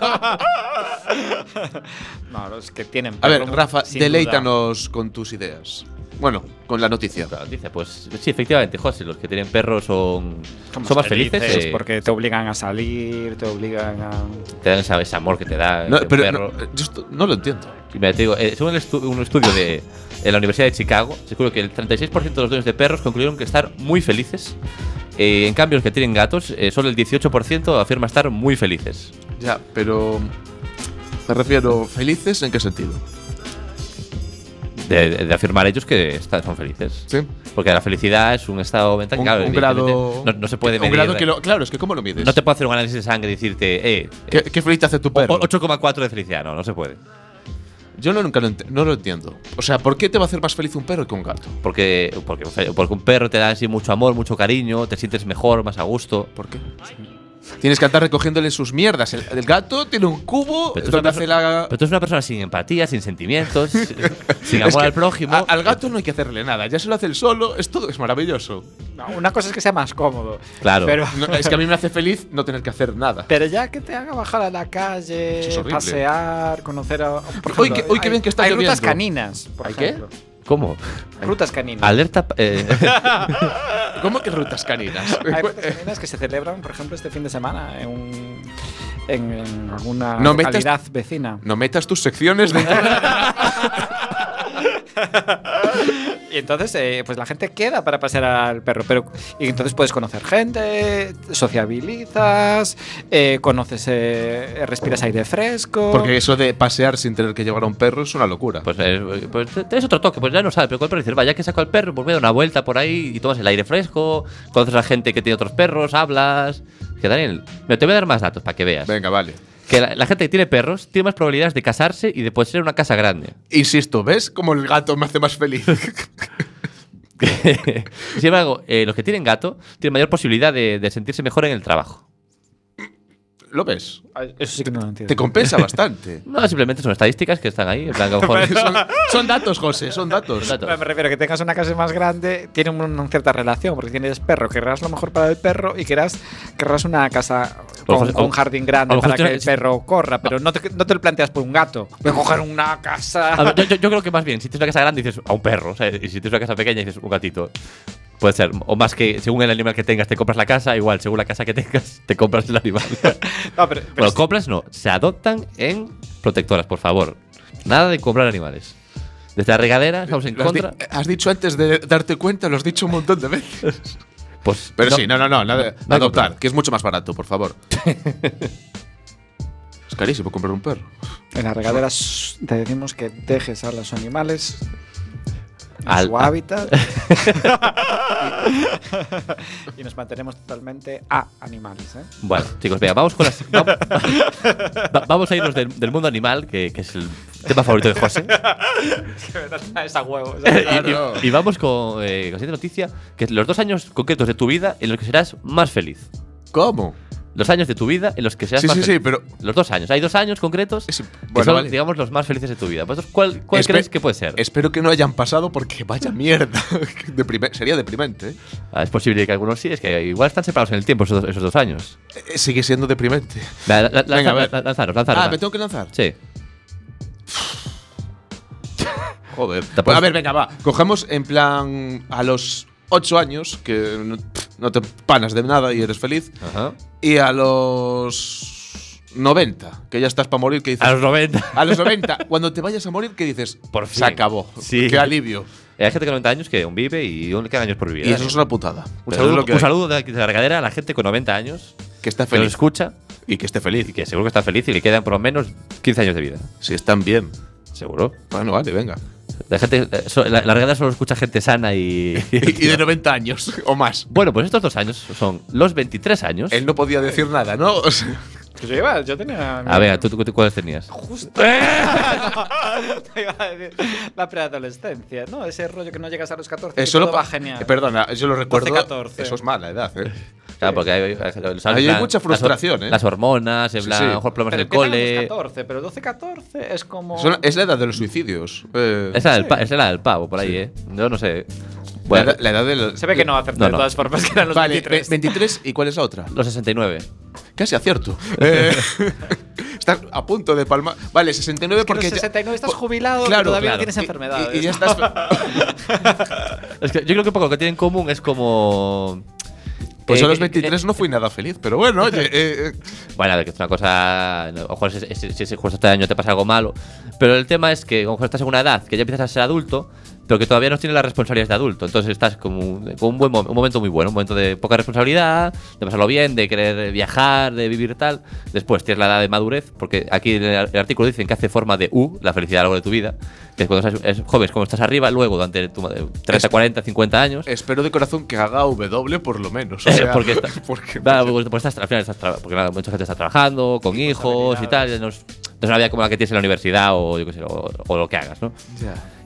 Speaker 3: No, los que tienen.
Speaker 8: A ver,
Speaker 3: perro,
Speaker 8: Rafa,
Speaker 3: sin duda.
Speaker 8: deleítanos con tus ideas. Bueno, con la noticia.
Speaker 7: La noticia, pues sí, efectivamente, José, los que tienen perros son,
Speaker 3: Somos
Speaker 7: son más felices. eh,
Speaker 3: porque te obligan a salir, te obligan a.
Speaker 7: te dan esa- ese amor que te da
Speaker 8: No,
Speaker 7: un
Speaker 8: pero
Speaker 7: perro.
Speaker 8: no, eh, yo esto no lo entiendo.
Speaker 7: Y mira, te digo, eh, según el estu- un estudio de, en la Universidad de Chicago, seguro que el 36% de los dueños de perros concluyeron que estar muy felices. Eh, en cambio, los que tienen gatos, eh, solo el 18% afirma estar muy felices.
Speaker 8: Ya, pero. Me refiero, ¿felices en qué sentido?
Speaker 3: de, de afirmar ellos que está- son felices.
Speaker 7: Sí.
Speaker 3: Porque la felicidad es un estado mental.
Speaker 4: Un,
Speaker 3: claro,
Speaker 4: un grado.
Speaker 3: evidentemente, No, no se puede
Speaker 4: un
Speaker 3: medir.
Speaker 4: grado que lo- claro, es que ¿cómo lo mides?
Speaker 3: No te puedo hacer un análisis de sangre y decirte, eh,
Speaker 4: ¿Qué, qué feliz te hace tu perro?
Speaker 3: o- 8,4 de felicidad. No, no se puede.
Speaker 4: Yo no, nunca lo, ent- no lo entiendo. O sea, ¿por qué te va a hacer más feliz un perro que un gato?
Speaker 3: Porque, porque, un fe- porque un perro te da así mucho amor, mucho cariño, te sientes mejor, más a gusto.
Speaker 4: ¿Por qué? Tienes que andar recogiéndole sus mierdas. El, el gato tiene un cubo
Speaker 3: Pero tú,
Speaker 4: donde
Speaker 3: eres
Speaker 4: hace
Speaker 3: una perso-
Speaker 4: la.
Speaker 3: pero tú eres una persona sin empatía, sin
Speaker 4: [laughs]
Speaker 3: sentimientos, sin amor
Speaker 4: Es que
Speaker 3: al prójimo.
Speaker 4: a- Ah, al gato no hay que hacerle nada, ya se lo hace él solo, es todo, es maravilloso.
Speaker 5: No, Una cosa es que sea más cómodo.
Speaker 3: Claro.
Speaker 5: Pero,
Speaker 4: No, es que a mí me hace feliz no tener que hacer nada.
Speaker 5: pero ya que te haga bajar a la calle,
Speaker 4: Eso es horrible.
Speaker 5: pasear, conocer a. por
Speaker 4: Uy, que- uy, qué
Speaker 5: hay-
Speaker 4: bien que está
Speaker 5: Hay
Speaker 4: lloviendo.
Speaker 5: rutas caninas, por
Speaker 4: ¿Hay qué?
Speaker 5: ejemplo.
Speaker 3: ¿Cómo?
Speaker 5: Rutas caninas.
Speaker 3: Alerta. pa- eh, [laughs]
Speaker 4: ¿Cómo que rutas caninas?
Speaker 5: Hay rutas caninas que se celebran, por ejemplo, este fin de semana en, un- en, en alguna
Speaker 4: No metas-
Speaker 5: localidad vecina.
Speaker 4: No metas tus secciones dentro de
Speaker 5: Y entonces, eh, pues la gente queda para pasear al perro. Pero, y entonces puedes conocer gente, sociabilizas, eh, conoces, eh, respiras aire fresco.
Speaker 4: Porque eso de pasear sin tener que llevar a un perro es una locura.
Speaker 3: pues, eh, pues te- tienes otro toque, pues ya no sabes. Pero con el perro dices, vaya que saco al perro, pues voy a dar una vuelta por ahí y tomas el aire fresco, conoces a gente que tiene otros perros, hablas. Que Daniel, mira, te voy a dar más datos para que veas.
Speaker 4: Venga, vale.
Speaker 3: Que la, la gente que tiene perros tiene más probabilidades de casarse y de poseer una casa grande. [laughs]
Speaker 4: Insisto, ¿ves cómo el gato me hace más feliz? [laughs]
Speaker 3: Sin embargo, eh, los que tienen gato tienen mayor posibilidad de- de sentirse mejor en el trabajo.
Speaker 4: ¿Lo ves?
Speaker 5: Ah, Eso sí que no lo entiendo.
Speaker 4: Te compensa bastante.
Speaker 3: [laughs] No, simplemente son estadísticas que están ahí. En plan, que a lo
Speaker 4: [laughs]
Speaker 3: mejor-
Speaker 4: son, son datos, José, son datos.
Speaker 3: Datos.
Speaker 5: Pero me refiero a que tengas una casa más grande, tiene un- una cierta relación, porque tienes perro, querrás lo mejor para el perro y querrás, querrás una casa con,
Speaker 3: Ojo,
Speaker 5: con
Speaker 3: o-
Speaker 5: un jardín grande
Speaker 3: a lo mejor
Speaker 5: para que el
Speaker 3: tienes-
Speaker 5: perro corra, pero no te, no te lo planteas por un gato. Voy a coger una
Speaker 3: A
Speaker 5: casa.
Speaker 3: ver, yo, yo- yo creo que más bien, si tienes una casa grande dices a un perro, o sea, y si tienes una casa pequeña dices un gatito. Puede ser, o más que según el animal que tengas te compras la casa, igual según la casa que tengas [laughs] te compras el
Speaker 4: [laughs]
Speaker 3: animal.
Speaker 5: [laughs] No, pero- pero
Speaker 3: bueno, compras no, se adoptan en protectoras, por favor. Nada de comprar animales. Desde la regadera estamos en
Speaker 4: Lo has, di-
Speaker 3: contra.
Speaker 4: has dicho antes de darte cuenta, lo has dicho un montón de veces.
Speaker 3: Pues,
Speaker 4: Pero sí, no, no, no, nada-
Speaker 3: no hay
Speaker 4: adoptar,
Speaker 3: problema.
Speaker 4: que es mucho más barato,
Speaker 3: [laughs]
Speaker 4: por favor. es carísimo comprar un perro.
Speaker 5: En las regaderas te decimos que dejes a los animales en
Speaker 3: Al-
Speaker 5: su
Speaker 3: a- [laughs]
Speaker 5: hábitat y, nos mantenemos totalmente a animales. [laughs] ¿eh?
Speaker 3: Bueno, chicos, venga, vamos con las. va- va- vamos a irnos del, del mundo animal, que, que es el tema favorito de José.
Speaker 5: es a [laughs] huevo.
Speaker 3: Y- y, y vamos con, eh, con la siguiente noticia, que es los dos años concretos de tu vida en los que serás más feliz.
Speaker 4: ¿Cómo?
Speaker 3: Los años de tu vida en los que serás
Speaker 4: Sí,
Speaker 3: más
Speaker 4: sí,
Speaker 3: feliz.
Speaker 4: sí, pero-
Speaker 3: Los dos años. Hay dos años concretos
Speaker 4: Es-
Speaker 3: que
Speaker 4: bueno,
Speaker 3: son,
Speaker 4: vale.
Speaker 3: digamos, los más felices de tu vida. ¿Vosotros ¿Cuál, cuál
Speaker 4: Espe-
Speaker 3: crees que puede ser?
Speaker 4: Espero que no hayan pasado porque
Speaker 3: [laughs]
Speaker 4: vaya mierda. Deprime- sería deprimente. ¿eh?
Speaker 3: Ah, es posible que algunos sí, es que igual están separados en el tiempo esos, dos- esos dos años.
Speaker 4: Eh, Sigue siendo deprimente.
Speaker 3: La- la- la-
Speaker 4: Venga,
Speaker 3: lanza-
Speaker 4: a ver.
Speaker 3: la- lanzaros, lanzaros.
Speaker 4: ah,
Speaker 3: va.
Speaker 4: me tengo que lanzar.
Speaker 3: Sí.
Speaker 4: Joder. Pues,
Speaker 3: Tampoco-
Speaker 4: a ver, venga, va. Cojamos en plan a los 8 años, que no, pff, no te panas de nada y eres feliz.
Speaker 3: Ajá.
Speaker 4: Y a los 90, que ya estás para morir, que dices.
Speaker 3: A los 90.
Speaker 4: A los 90, cuando te vayas a morir, ¿qué dices?
Speaker 3: Por fin.
Speaker 4: Se acabó.
Speaker 3: Sí.
Speaker 4: Qué alivio.
Speaker 3: [laughs] Hay gente con 90 años que aún vive y aún le quedan años por vivir.
Speaker 4: Y eso
Speaker 3: ¿eh?
Speaker 4: es una putada.
Speaker 3: un
Speaker 4: Pero es
Speaker 3: saludo,
Speaker 4: lo que
Speaker 3: un
Speaker 4: hay.
Speaker 3: saludo de, la regadera a la gente con 90 años
Speaker 4: Que está
Speaker 3: que lo
Speaker 4: feliz.
Speaker 3: escucha
Speaker 4: Y que esté feliz.
Speaker 3: y que seguro que está feliz y le quedan por lo menos 15 años de vida.
Speaker 4: Si están bien.
Speaker 3: Seguro.
Speaker 4: Bueno, vale, venga.
Speaker 3: La, gente, eh, so- la, la regadera solo escucha gente sana
Speaker 4: [laughs]
Speaker 3: y.
Speaker 4: Y, y de 90 años o más.
Speaker 3: bueno, pues estos dos años son los 23 años.
Speaker 4: Él no podía decir nada, ¿no? O sea,
Speaker 5: yo, iba, yo tenía.
Speaker 3: A ver, ¿tú, tú, tú cuáles tenías? [laughs]
Speaker 5: Justo. Te iba a decir, la preadolescencia, ¿no? Ese rollo que no llegas a los 14.
Speaker 4: eso
Speaker 5: Eso
Speaker 4: lo
Speaker 5: va
Speaker 4: pa-
Speaker 5: genial.
Speaker 4: Eh, Perdona, yo lo recuerdo.
Speaker 5: 14.
Speaker 4: Eso es mala edad, ¿eh?
Speaker 3: Claro, porque hay, hay- hay- los-
Speaker 4: Ahí hay
Speaker 3: plan,
Speaker 4: mucha
Speaker 3: las-
Speaker 4: frustración,
Speaker 3: las,
Speaker 4: ¿eh?
Speaker 3: hormonas, en
Speaker 4: Sí,
Speaker 3: plan,
Speaker 4: sí.
Speaker 3: a lo mejor problemas
Speaker 5: Pero
Speaker 3: en el
Speaker 5: empiezan a los
Speaker 3: cole.
Speaker 5: 14, pero 12, 14 es como.
Speaker 4: Son- es la edad de los suicidios. eh.
Speaker 3: Esa era, el pa- esa era el pavo por ahí, ¿eh? Yo no sé.
Speaker 4: la,
Speaker 3: Bueno,
Speaker 4: edad- la edad de los.
Speaker 5: Se ve que no acerté
Speaker 3: No,
Speaker 5: de
Speaker 3: no.
Speaker 5: todas formas, que eran los
Speaker 4: Vale,
Speaker 5: 23.
Speaker 4: ve- 23. ¿Y cuál es la otra?
Speaker 3: los 69. [laughs]
Speaker 4: Casi acierto. Eh, [laughs] estás a punto de palmar. Vale, 69
Speaker 5: Porque
Speaker 4: porque.
Speaker 5: los
Speaker 4: ya-
Speaker 5: 69 estás
Speaker 4: po-
Speaker 5: jubilado, pero
Speaker 4: Claro,
Speaker 5: todavía
Speaker 3: claro.
Speaker 5: no tienes
Speaker 4: y-
Speaker 5: enfermedades.
Speaker 4: Y, y ya estás.
Speaker 5: [laughs]
Speaker 3: [laughs] Es que yo creo que un poco lo que tienen en común es como.
Speaker 4: Pues
Speaker 3: eh,
Speaker 4: a los
Speaker 3: eh,
Speaker 4: 23 no fui nada feliz, pero bueno,
Speaker 3: [laughs]
Speaker 4: oye. eh, eh,
Speaker 3: Bueno, a ver, que es una cosa. no, Ojo, si, si- si- si justo este año te pasa algo malo. Pero el tema es que, a lo mejor estás en una edad que ya empiezas a ser adulto, pero que todavía no tiene las responsabilidades de adulto. Entonces estás como un, con un, buen mom- un momento muy bueno, un momento de poca responsabilidad, de pasarlo bien, de querer viajar, de vivir tal. Después tienes la edad de madurez, porque aquí en el, ar- el artículo dicen que hace forma de U, la felicidad a lo largo de tu vida, que es cuando estás es joven, es como estás arriba, luego durante tu, 30,
Speaker 4: Es-
Speaker 3: 40, 50 años.
Speaker 4: Espero de corazón que haga W por lo menos. o sea,
Speaker 3: porque está-
Speaker 4: [laughs] porque-
Speaker 3: Claro, pues, pues estás- al final estás tra- porque claro, mucha gente está trabajando, con hijos y tal. No es, no es una vida como la que tienes en la universidad o, yo qué sé, o, o lo que hagas, ¿no?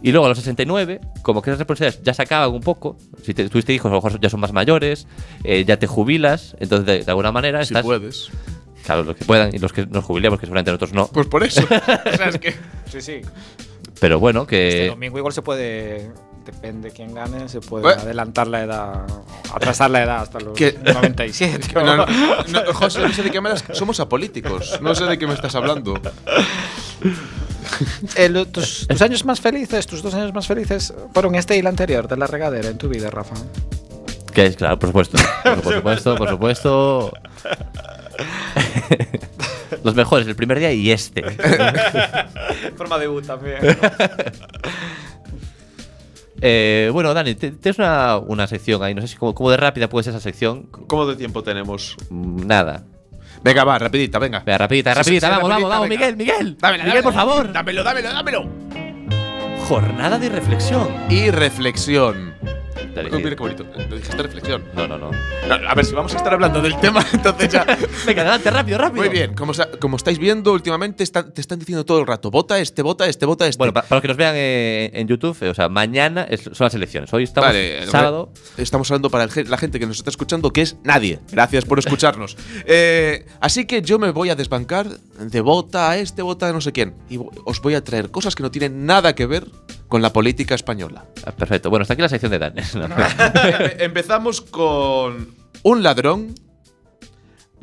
Speaker 3: Y luego a los 69, como que esas responsabilidades ya se acaban un poco. Si te- tuviste hijos, a lo mejor ya son más mayores, eh, ya te jubilas, entonces de, de alguna manera
Speaker 4: si
Speaker 3: estás.
Speaker 4: puedes.
Speaker 3: Claro, los que puedan y los que nos jubilemos, que seguramente nosotros no.
Speaker 4: Pues
Speaker 3: [laughs]
Speaker 4: por eso. o sea, es que.
Speaker 5: Sí, sí.
Speaker 3: Pero bueno, que.
Speaker 4: Eh,
Speaker 5: Este domingo igual se puede. Depende quién gane, se puede
Speaker 4: ¿Eh?
Speaker 5: adelantar la edad, atrasar la edad hasta los
Speaker 4: ¿Qué? [laughs]
Speaker 5: 97.
Speaker 3: [laughs]
Speaker 4: No, no, no, José, no sé de qué manera. Somos apolíticos. No sé de qué me estás hablando.
Speaker 5: Eh, lo- tus, tus años más felices, tus dos años más felices fueron este y el anterior de la regadera en tu vida, Rafa.
Speaker 3: Que es claro, por supuesto. Por, por supuesto, por supuesto. [laughs] Los mejores, el primer día y este.
Speaker 5: Forma de U también. [laughs]
Speaker 3: Eh, bueno, Dani, te- tienes una, una sección ahí. No sé si cómo, cómo de rápida puede ser esa sección.
Speaker 4: ¿Cómo de tiempo tenemos?
Speaker 3: Mm, Nada.
Speaker 4: Venga, va, rapidita, venga.
Speaker 3: Venga, rapidita,
Speaker 4: Sí, sí,
Speaker 3: rapidita.
Speaker 4: sí,
Speaker 3: vamos,
Speaker 4: rapidita,
Speaker 3: vamos,
Speaker 4: venga.
Speaker 3: vamos, Miguel, Miguel.
Speaker 4: Dámela,
Speaker 3: Miguel, por
Speaker 4: dámela.
Speaker 3: favor.
Speaker 4: Dámelo, dámelo, dámelo.
Speaker 3: Jornada de reflexión.
Speaker 4: Y reflexión.
Speaker 3: Dale,
Speaker 4: Oh, mira
Speaker 3: sí.
Speaker 4: qué bonito. Lo dijiste reflexión.
Speaker 3: No, no, no.
Speaker 4: No, A ver, si vamos a estar hablando del tema, [laughs] entonces ya.
Speaker 3: Venga, adelante, rápido, rápido.
Speaker 4: Muy bien, como, sa- como estáis viendo últimamente, están- te están diciendo todo el rato, vota este, vota este, vota este.
Speaker 3: Bueno, pa- para, los que nos vean eh, en YouTube, eh, o sea, mañana es- son las elecciones. Hoy estamos
Speaker 4: Vale, eh,
Speaker 3: sábado.
Speaker 4: Estamos hablando para el gen- la gente que nos está escuchando, que es nadie. Gracias por escucharnos.
Speaker 3: [laughs]
Speaker 4: Eh, así que yo me voy a desbancar de vota a este, vota a no sé quién. Y vo- os voy a traer cosas que no tienen nada que ver con la política española.
Speaker 3: Ah, Perfecto. Bueno, está aquí la sección de Dan. [laughs] No.
Speaker 4: Empe- [laughs] Empezamos con un ladrón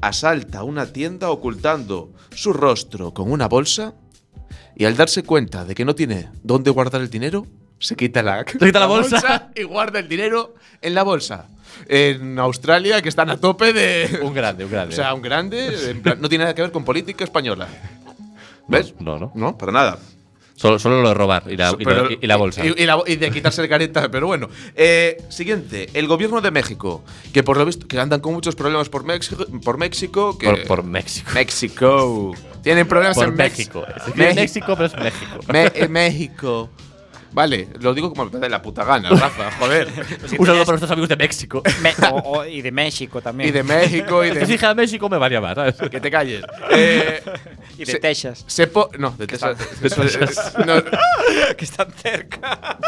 Speaker 4: asalta una tienda ocultando su rostro con una bolsa y al darse cuenta de que no tiene dónde guardar el dinero, se quita la,
Speaker 3: quita la bolsa.
Speaker 4: y guarda el dinero en la bolsa. En Australia, que están a tope de...
Speaker 3: un grande, un
Speaker 4: o
Speaker 3: grande.
Speaker 4: sea, un grande, en plan, no tiene nada que ver con política española. ¿Ves?
Speaker 3: No, no.
Speaker 4: No, para nada.
Speaker 3: Solo, solo lo de robar y la, Ah, y la-
Speaker 4: Pero-
Speaker 3: y- y la bolsa.
Speaker 4: Y, y la bo- y de quitarse el careta, [laughs] pero bueno. Eh, siguiente, el gobierno de México, que por lo visto que andan con muchos problemas por México, por México que
Speaker 3: por, por México.
Speaker 4: México. Tienen problemas
Speaker 3: Por
Speaker 4: en Mex-
Speaker 3: México. Es decir,
Speaker 4: Mex-
Speaker 3: México, pero es México.
Speaker 4: Me- eh, México. Vale, lo digo como me de la puta gana, Rafa, joder.
Speaker 3: Un saludo para nuestros amigos de
Speaker 4: [laughs]
Speaker 3: México.
Speaker 5: y de México también.
Speaker 4: y de México y
Speaker 3: Que si
Speaker 4: de
Speaker 3: dijera México me valía más, ¿sabes?
Speaker 4: que te calles. Eh,
Speaker 5: Y de
Speaker 4: se-
Speaker 5: Texas,
Speaker 4: se po- no, de Texas.
Speaker 3: [laughs]
Speaker 4: No,
Speaker 5: [laughs] que están cerca.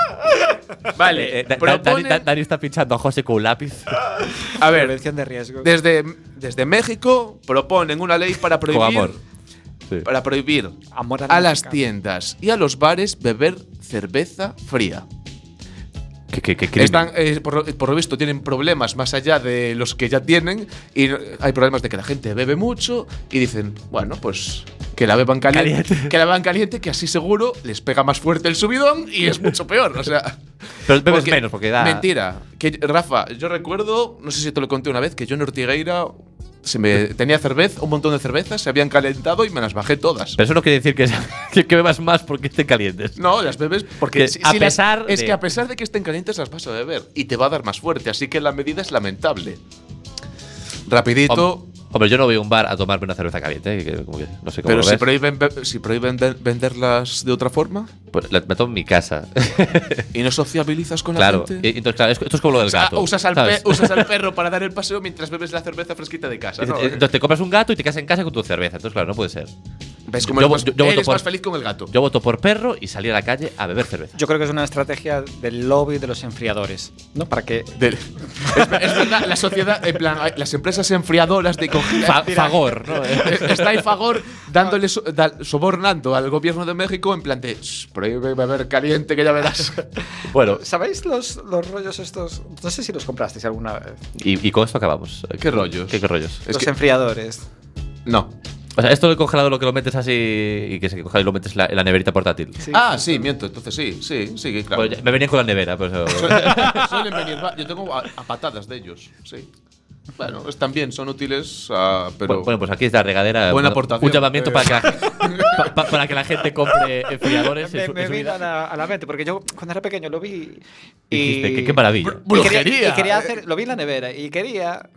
Speaker 3: Vale.
Speaker 4: eh, proponen-
Speaker 3: Eh, Dani está pinchando a José con un lápiz.
Speaker 4: a ver,
Speaker 5: Prevención de riesgo.
Speaker 4: Desde, desde México proponen una ley para prohibir,
Speaker 3: Con amor. Sí.
Speaker 4: Para prohibir
Speaker 5: Amor al
Speaker 4: a las
Speaker 5: mexicano.
Speaker 4: tiendas y a los bares beber cerveza fría.
Speaker 3: ¿Qué, qué, qué crimen.
Speaker 4: Están, eh, por, lo- por lo visto tienen problemas más allá de los que ya tienen y no- hay problemas de que la gente bebe mucho y dicen, bueno, pues que la beban caliente,
Speaker 3: Caliente.
Speaker 4: que la beban caliente que así seguro les pega más fuerte el subidón y es mucho peor, o sea,
Speaker 3: Pero bebes
Speaker 4: porque-
Speaker 3: menos porque da.
Speaker 4: Mentira. Que, Rafa, yo recuerdo, no sé si te lo conté una vez, que yo en Ortigueira se me, tenía cerveza, un montón de cervezas, se habían calentado y me las bajé todas.
Speaker 3: Pero eso no quiere decir que, [laughs] que, que bebas más porque te calientes.
Speaker 4: no, las bebes porque
Speaker 3: Que a
Speaker 4: las-
Speaker 3: pesar
Speaker 4: es
Speaker 3: de-
Speaker 4: que a pesar de que estén calientes las vas a beber y te va a dar más fuerte, así que la medida es lamentable. Rapidito,
Speaker 3: Hom- Hombre, yo no voy a un bar a tomarme una cerveza caliente. eh, que- como que no sé cómo
Speaker 4: pero
Speaker 3: lo
Speaker 4: si
Speaker 3: ves.
Speaker 4: prohíben, be- si prohíben ven- venderlas de
Speaker 3: [laughs]
Speaker 4: otra forma
Speaker 3: Pues la- me tomo en mi casa.
Speaker 4: y no sociabilizas
Speaker 3: [laughs]
Speaker 4: con
Speaker 3: claro.
Speaker 4: la
Speaker 3: Y-
Speaker 4: gente.
Speaker 3: Entonces, claro, es- esto es como lo del
Speaker 4: O sea,
Speaker 3: gato.
Speaker 4: usas, al
Speaker 3: ¿sabes? [laughs]
Speaker 4: pe- usas al perro para dar el paseo mientras bebes la cerveza fresquita de casa.
Speaker 3: Dices,
Speaker 4: ¿no?
Speaker 3: eh, Entonces te compras un gato y te quedas en casa con tu cerveza. Entonces, claro, no puede ser.
Speaker 4: ¿Ves cómo
Speaker 3: Yo
Speaker 4: eres,
Speaker 3: vo-
Speaker 4: más,
Speaker 3: yo- yo
Speaker 4: eres
Speaker 3: voto por-
Speaker 4: más feliz con el gato?
Speaker 3: Yo voto por perro y salí a la calle a beber cerveza.
Speaker 5: Yo creo que es una estrategia del lobby de los enfriadores, ¿no? Para que
Speaker 4: Del- es, [laughs] es verdad, la sociedad, en plan, hay- las empresas enfriadoras de
Speaker 3: Fa-
Speaker 4: cogida.
Speaker 3: fagor,
Speaker 4: [laughs]
Speaker 3: ¿no?
Speaker 4: Está en favor dándole so- da- sobornando al gobierno de México en plan de "Shh, prohíbe beber caliente que ya verás.
Speaker 3: bueno,
Speaker 5: ¿Sabéis los, los rollos estos? No sé si los comprasteis alguna vez.
Speaker 3: y, y con esto acabamos.
Speaker 4: ¿Qué rollos?
Speaker 3: [laughs] ¿Qué, qué rollos?
Speaker 4: Es
Speaker 5: los
Speaker 4: que-
Speaker 5: enfriadores.
Speaker 4: no.
Speaker 3: O sea, esto del congelador lo que lo metes así y que se congela y lo metes en la- en la neverita portátil. Pues
Speaker 4: ah, sí, miento. Entonces sí, sí, sí, claro. [laughs]
Speaker 3: Bueno, ya- me venían con la nevera, pero eso-
Speaker 4: Suelen venir, va- yo tengo a, a patadas de ellos, sí. Bueno, es- también son útiles, ah, pero.
Speaker 3: bueno, pues aquí es la regadera.
Speaker 4: Buena
Speaker 3: Un-
Speaker 4: aportación.
Speaker 3: Un llamamiento para que, la,
Speaker 4: [laughs]
Speaker 3: pa- pa- para que la gente compre enfriadores. en
Speaker 5: Me,
Speaker 3: su-
Speaker 5: me
Speaker 3: en su
Speaker 5: vino
Speaker 3: vida.
Speaker 5: a la, a la mente, porque yo cuando era pequeño lo vi. Y,
Speaker 3: Dijiste que qué maravilla.
Speaker 5: y quería- y
Speaker 4: ¡Brujería!
Speaker 5: quería hacer, lo vi en la nevera y quería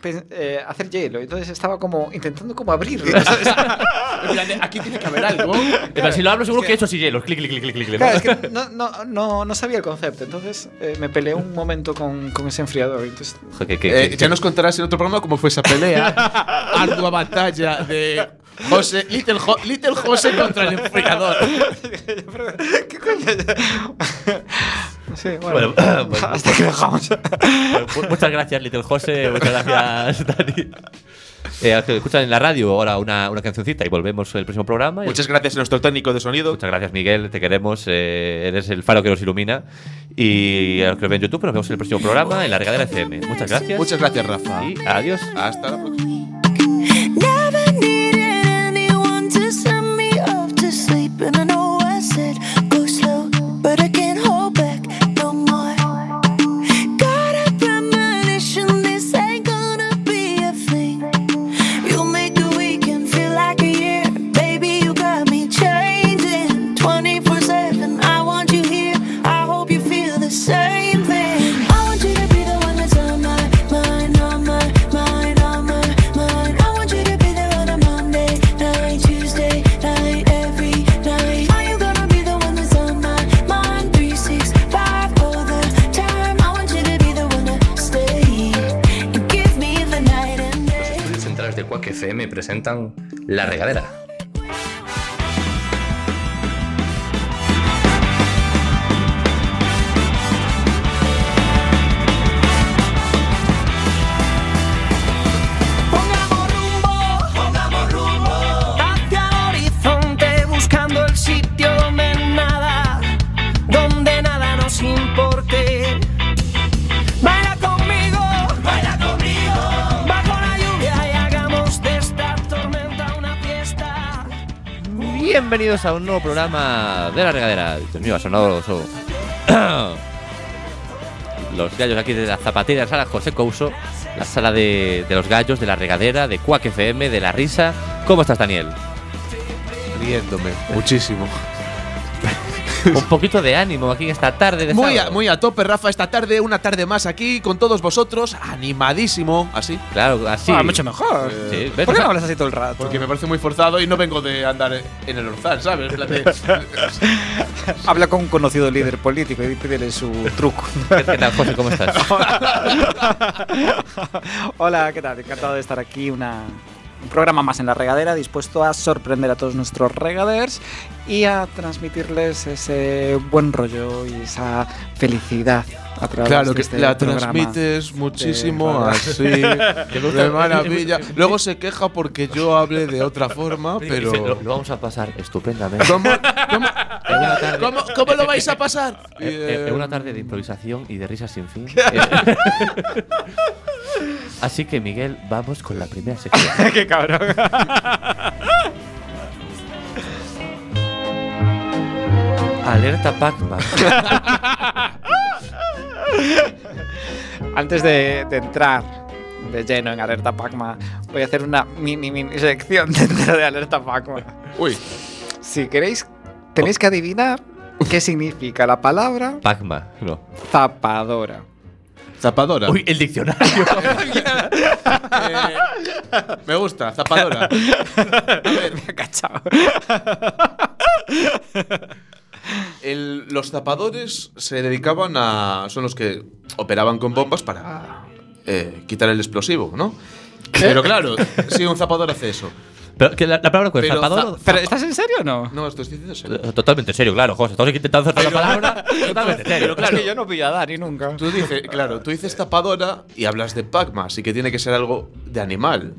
Speaker 5: pens- eh, hacer hielo. Entonces estaba como intentando como
Speaker 3: [laughs]
Speaker 5: abrirlo. ¿sabes?
Speaker 4: En plan, eh, aquí tiene que haber algo.
Speaker 3: En plan, si lo hablo, seguro que he hecho así hielos. Clic, clic, clic, clic, clic. ¿no?
Speaker 5: Claro, es que no, no, no, no sabía el concepto. Entonces eh, me peleé un momento con, con ese enfriador. Entonces,
Speaker 3: Ojo, que- que-
Speaker 4: Eh,
Speaker 3: que-
Speaker 4: ya nos contarás en otro programa cómo fue esa [laughs] pelea. ardua batalla de José, Little, Jo- Little José contra el enfriador.
Speaker 5: ¿Qué coño? Sí, bueno.
Speaker 3: Bueno,
Speaker 5: [laughs]
Speaker 3: bueno.
Speaker 5: hasta que dejamos.
Speaker 3: Mu- Muchas gracias, Little José. Muchas gracias, [laughs] Dani. Eh, que escuchan en la radio ahora una, una cancioncita y volvemos el próximo programa. Y-
Speaker 4: Muchas gracias a nuestro técnico de sonido.
Speaker 3: Muchas gracias, Miguel. Te queremos. eh, eres el faro que nos ilumina. Y a los que nos ven en YouTube, nos vemos en el próximo programa en la regadera FM. Muchas gracias.
Speaker 4: Muchas gracias, Rafa.
Speaker 3: y adiós.
Speaker 4: Hasta la próxima.
Speaker 2: Never needed anyone to send me off to sleep. And I know I said go slow, but I can't hold back no more. Got a premonition, this ain't gonna be a thing. You make the weekend feel like a year. Baby, you got me changing 24 7. I want you here. I hope you feel the same thing. I want you to be the one that's on my mind, on my mind, on my mind. I want you to be there on a Monday night, Tuesday night, every night. Are you gonna be the one that's on my mind? 365 all the time. I want you to be the one to stay and give me the night and day.
Speaker 9: centrales de Quack FM presentan La Regadera.
Speaker 10: Pongamos rumbo, pongamos rumbo hacia el horizonte buscando el sitio donde nada, donde nada nos importe. Baila conmigo, baila conmigo, bajo la lluvia y hagamos de esta tormenta una fiesta.
Speaker 3: Bienvenidos a un nuevo programa de la regadera. Dios mío, ha sonado eso. [coughs] los gallos aquí de la zapatería Sala José Couso, la sala de, de los gallos, de la regadera, de Cuac FM, de la risa. ¿Cómo estás, Daniel? [laughs]
Speaker 4: Riéndome muchísimo.
Speaker 3: Un poquito de ánimo aquí esta tarde de
Speaker 4: Muy a,
Speaker 3: sábado.
Speaker 4: muy a tope, Rafa, esta tarde, una tarde más aquí con todos vosotros, animadísimo, así.
Speaker 3: Claro, así.
Speaker 5: Ah, mucho mejor.
Speaker 3: Sí,
Speaker 5: ¿Por
Speaker 3: ¿ves?
Speaker 5: qué
Speaker 3: O sea,
Speaker 5: no hablas así todo el rato?
Speaker 4: Porque me parece muy forzado y no vengo de andar en el orzal, ¿sabes? En plan de-
Speaker 5: Habla con un conocido líder político y pídele su truco.
Speaker 3: ¿Qué tal, José? ¿Cómo estás?
Speaker 5: [laughs] Hola, ¿qué tal? Encantado de estar aquí. Una, un programa más en la regadera, dispuesto a sorprender a todos nuestros regaders y a transmitirles ese buen rollo y esa felicidad a través
Speaker 4: Claro
Speaker 5: de
Speaker 4: que
Speaker 5: este
Speaker 4: la
Speaker 5: programa.
Speaker 4: transmites muchísimo
Speaker 5: programa.
Speaker 4: así. [laughs] De maravilla. Luego se queja porque yo hable de otra [laughs] forma,
Speaker 3: Dice,
Speaker 4: pero.
Speaker 3: Lo, lo vamos a pasar estupendamente.
Speaker 4: ¿Cómo, cómo,
Speaker 3: En una tarde-
Speaker 4: cómo- cómo lo vais a pasar?
Speaker 3: Eh, eh,
Speaker 4: Eh,
Speaker 3: eh, una tarde de improvisación y de risas sin fin. Eh, [laughs] Así que, Miguel, vamos con la primera sección.
Speaker 5: ¡Qué cabrón!
Speaker 3: [laughs] Alerta Pac-Man.
Speaker 5: Antes de, de entrar de lleno en Alerta Pacma, voy a hacer una mini, mini sección [laughs] dentro de Alerta Pacma.
Speaker 4: Uy,
Speaker 5: Si queréis, tenéis que adivinar qué significa la palabra
Speaker 3: Pac-Man, no.
Speaker 5: zapadora.
Speaker 4: zapadora.
Speaker 3: Uy, el diccionario.
Speaker 4: Eh, me gusta, [laughs] zapadora.
Speaker 5: Me ha cachado.
Speaker 4: El- los zapadores se dedicaban a. Son los que operaban con bombas para eh, quitar el explosivo, ¿no? Pero claro, si un zapador hace eso.
Speaker 3: [laughs] Pero, que la, la palabra cuál es
Speaker 4: [laughs] Pero
Speaker 3: zapador.
Speaker 5: ¿Pero estás en serio o no?
Speaker 4: No, esto estoy diciendo serio.
Speaker 3: Eh, Totalmente en serio, claro, José. Estamos aquí intentando hacer la palabra. Totalmente en serio.
Speaker 5: claro. yo no pillo a Dani nunca.
Speaker 4: Tú dices, claro, tú dices tapadora y hablas de Pacma, así que tiene que ser algo de animal.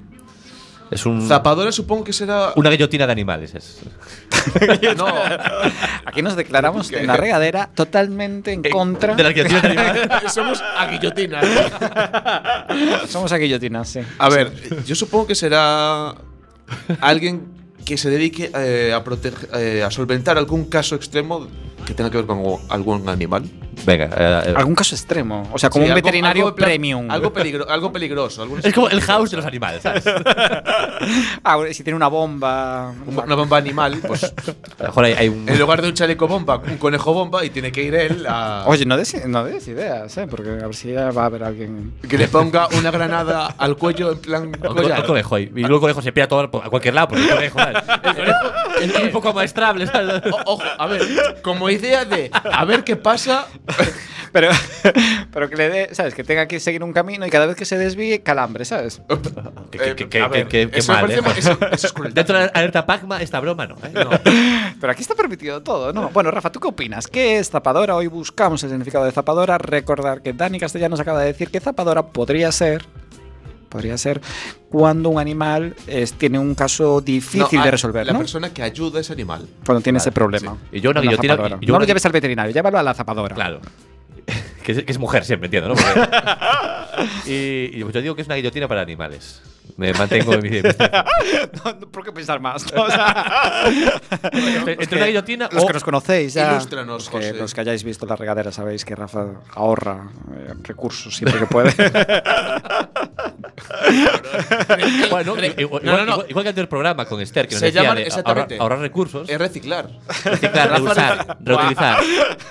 Speaker 3: Es un,
Speaker 4: Zapadora supongo que será.
Speaker 3: una guillotina de animales. Es.
Speaker 4: [laughs] No,
Speaker 5: Aquí nos declaramos
Speaker 4: ¿Qué? Eh,
Speaker 5: en la regadera totalmente en contra.
Speaker 3: De las guillotinas de animales.
Speaker 4: somos a guillotina.
Speaker 5: Somos a guillotinas, sí.
Speaker 4: A ver, yo supongo que será alguien que se dedique eh, a, protege- eh, a solventar algún caso extremo que tenga que ver con algún animal.
Speaker 3: [laughs] Venga, eh, eh,
Speaker 5: Algún caso extremo. O sea, como
Speaker 4: Sí,
Speaker 5: un
Speaker 4: algo-
Speaker 5: veterinario
Speaker 4: algo en plan-
Speaker 5: premium.
Speaker 4: Algo, peligro- algo
Speaker 5: [laughs]
Speaker 4: peligroso. algún-
Speaker 3: Es como el house de los animales, ¿sabes?
Speaker 5: Ah, bueno, si tiene una bomba.
Speaker 4: un- una bomba animal. Pues,
Speaker 3: A lo mejor hay, hay un.
Speaker 4: en lugar de un chaleco bomba, un conejo bomba y tiene que ir él a.
Speaker 5: Oye, no des, no des ideas, ¿eh? Porque a ver si ya va a haber alguien.
Speaker 4: Que le ponga una granada al cuello en plan
Speaker 3: Un co-
Speaker 4: collar.
Speaker 3: un conejo ahí. Y luego el conejo se pira todo por- a cualquier lado, porque el
Speaker 4: [laughs]
Speaker 3: conejo, ¿sabes? El conejo es un poco maestrable, ¿sabes?
Speaker 4: O- ojo, a ver, como idea de a ver qué pasa.
Speaker 5: Pero, [laughs] pero que le dé, ¿sabes? Que tenga que seguir un camino y cada vez que se desvíe, calambre, ¿sabes?
Speaker 3: Que- que- que-
Speaker 4: Eh, a
Speaker 3: que-
Speaker 4: ver,
Speaker 3: que- que
Speaker 4: eso me
Speaker 3: mal,
Speaker 4: parece
Speaker 3: ¿eh?
Speaker 4: ma- eso- eso es crueldad.
Speaker 3: Dentro de la alerta Pacma, esta broma no. ¿eh?
Speaker 4: [laughs]
Speaker 3: No.
Speaker 5: Pero aquí está permitido todo, ¿no? Bueno, Rafa, ¿tú qué opinas? ¿Qué es zapadora? Hoy buscamos el significado de zapadora. Recordar que Dani Castellanos acaba de decir que zapadora podría ser. Podría ser cuando un animal es- tiene un caso difícil
Speaker 4: No,
Speaker 3: ah,
Speaker 5: de
Speaker 4: a-
Speaker 5: resolver,
Speaker 4: La
Speaker 5: ¿no?
Speaker 4: persona que ayuda a ese animal.
Speaker 5: Cuando tiene ese problema.
Speaker 3: Y yo una
Speaker 5: Una
Speaker 3: guillotina.
Speaker 5: zapadora.
Speaker 3: y yo
Speaker 5: no
Speaker 3: una
Speaker 5: lo lleves al veterinario, llévalo a la zapadora.
Speaker 3: Claro. Que es, que es mujer siempre, entiendo, ¿no? Porque- [laughs] y, y yo digo que es una guillotina para animales. Me mantengo en mi.
Speaker 4: [laughs]
Speaker 3: mi-
Speaker 5: No, no, [laughs] ¿Por qué pensar
Speaker 3: [laughs]
Speaker 5: más? ¿no? O sea,
Speaker 3: entre entre una guillotina
Speaker 5: los
Speaker 3: o.
Speaker 5: que nos conocéis ya.
Speaker 4: Ilústranos,
Speaker 5: los que,
Speaker 4: José.
Speaker 5: los que hayáis visto la regadera sabéis que Rafa ahorra eh, recursos siempre que
Speaker 3: [laughs]
Speaker 5: puede. [laughs]
Speaker 3: Bueno, i- i- igual,
Speaker 4: no, no.
Speaker 3: igual- igual que antes del programa con Esther, que nos
Speaker 4: Se
Speaker 3: decía
Speaker 4: llaman-
Speaker 3: de ahorrar,
Speaker 4: exactamente. Eh,
Speaker 3: ahorrar recursos,
Speaker 4: Es reciclar.
Speaker 3: reciclar, reusar, reutilizar,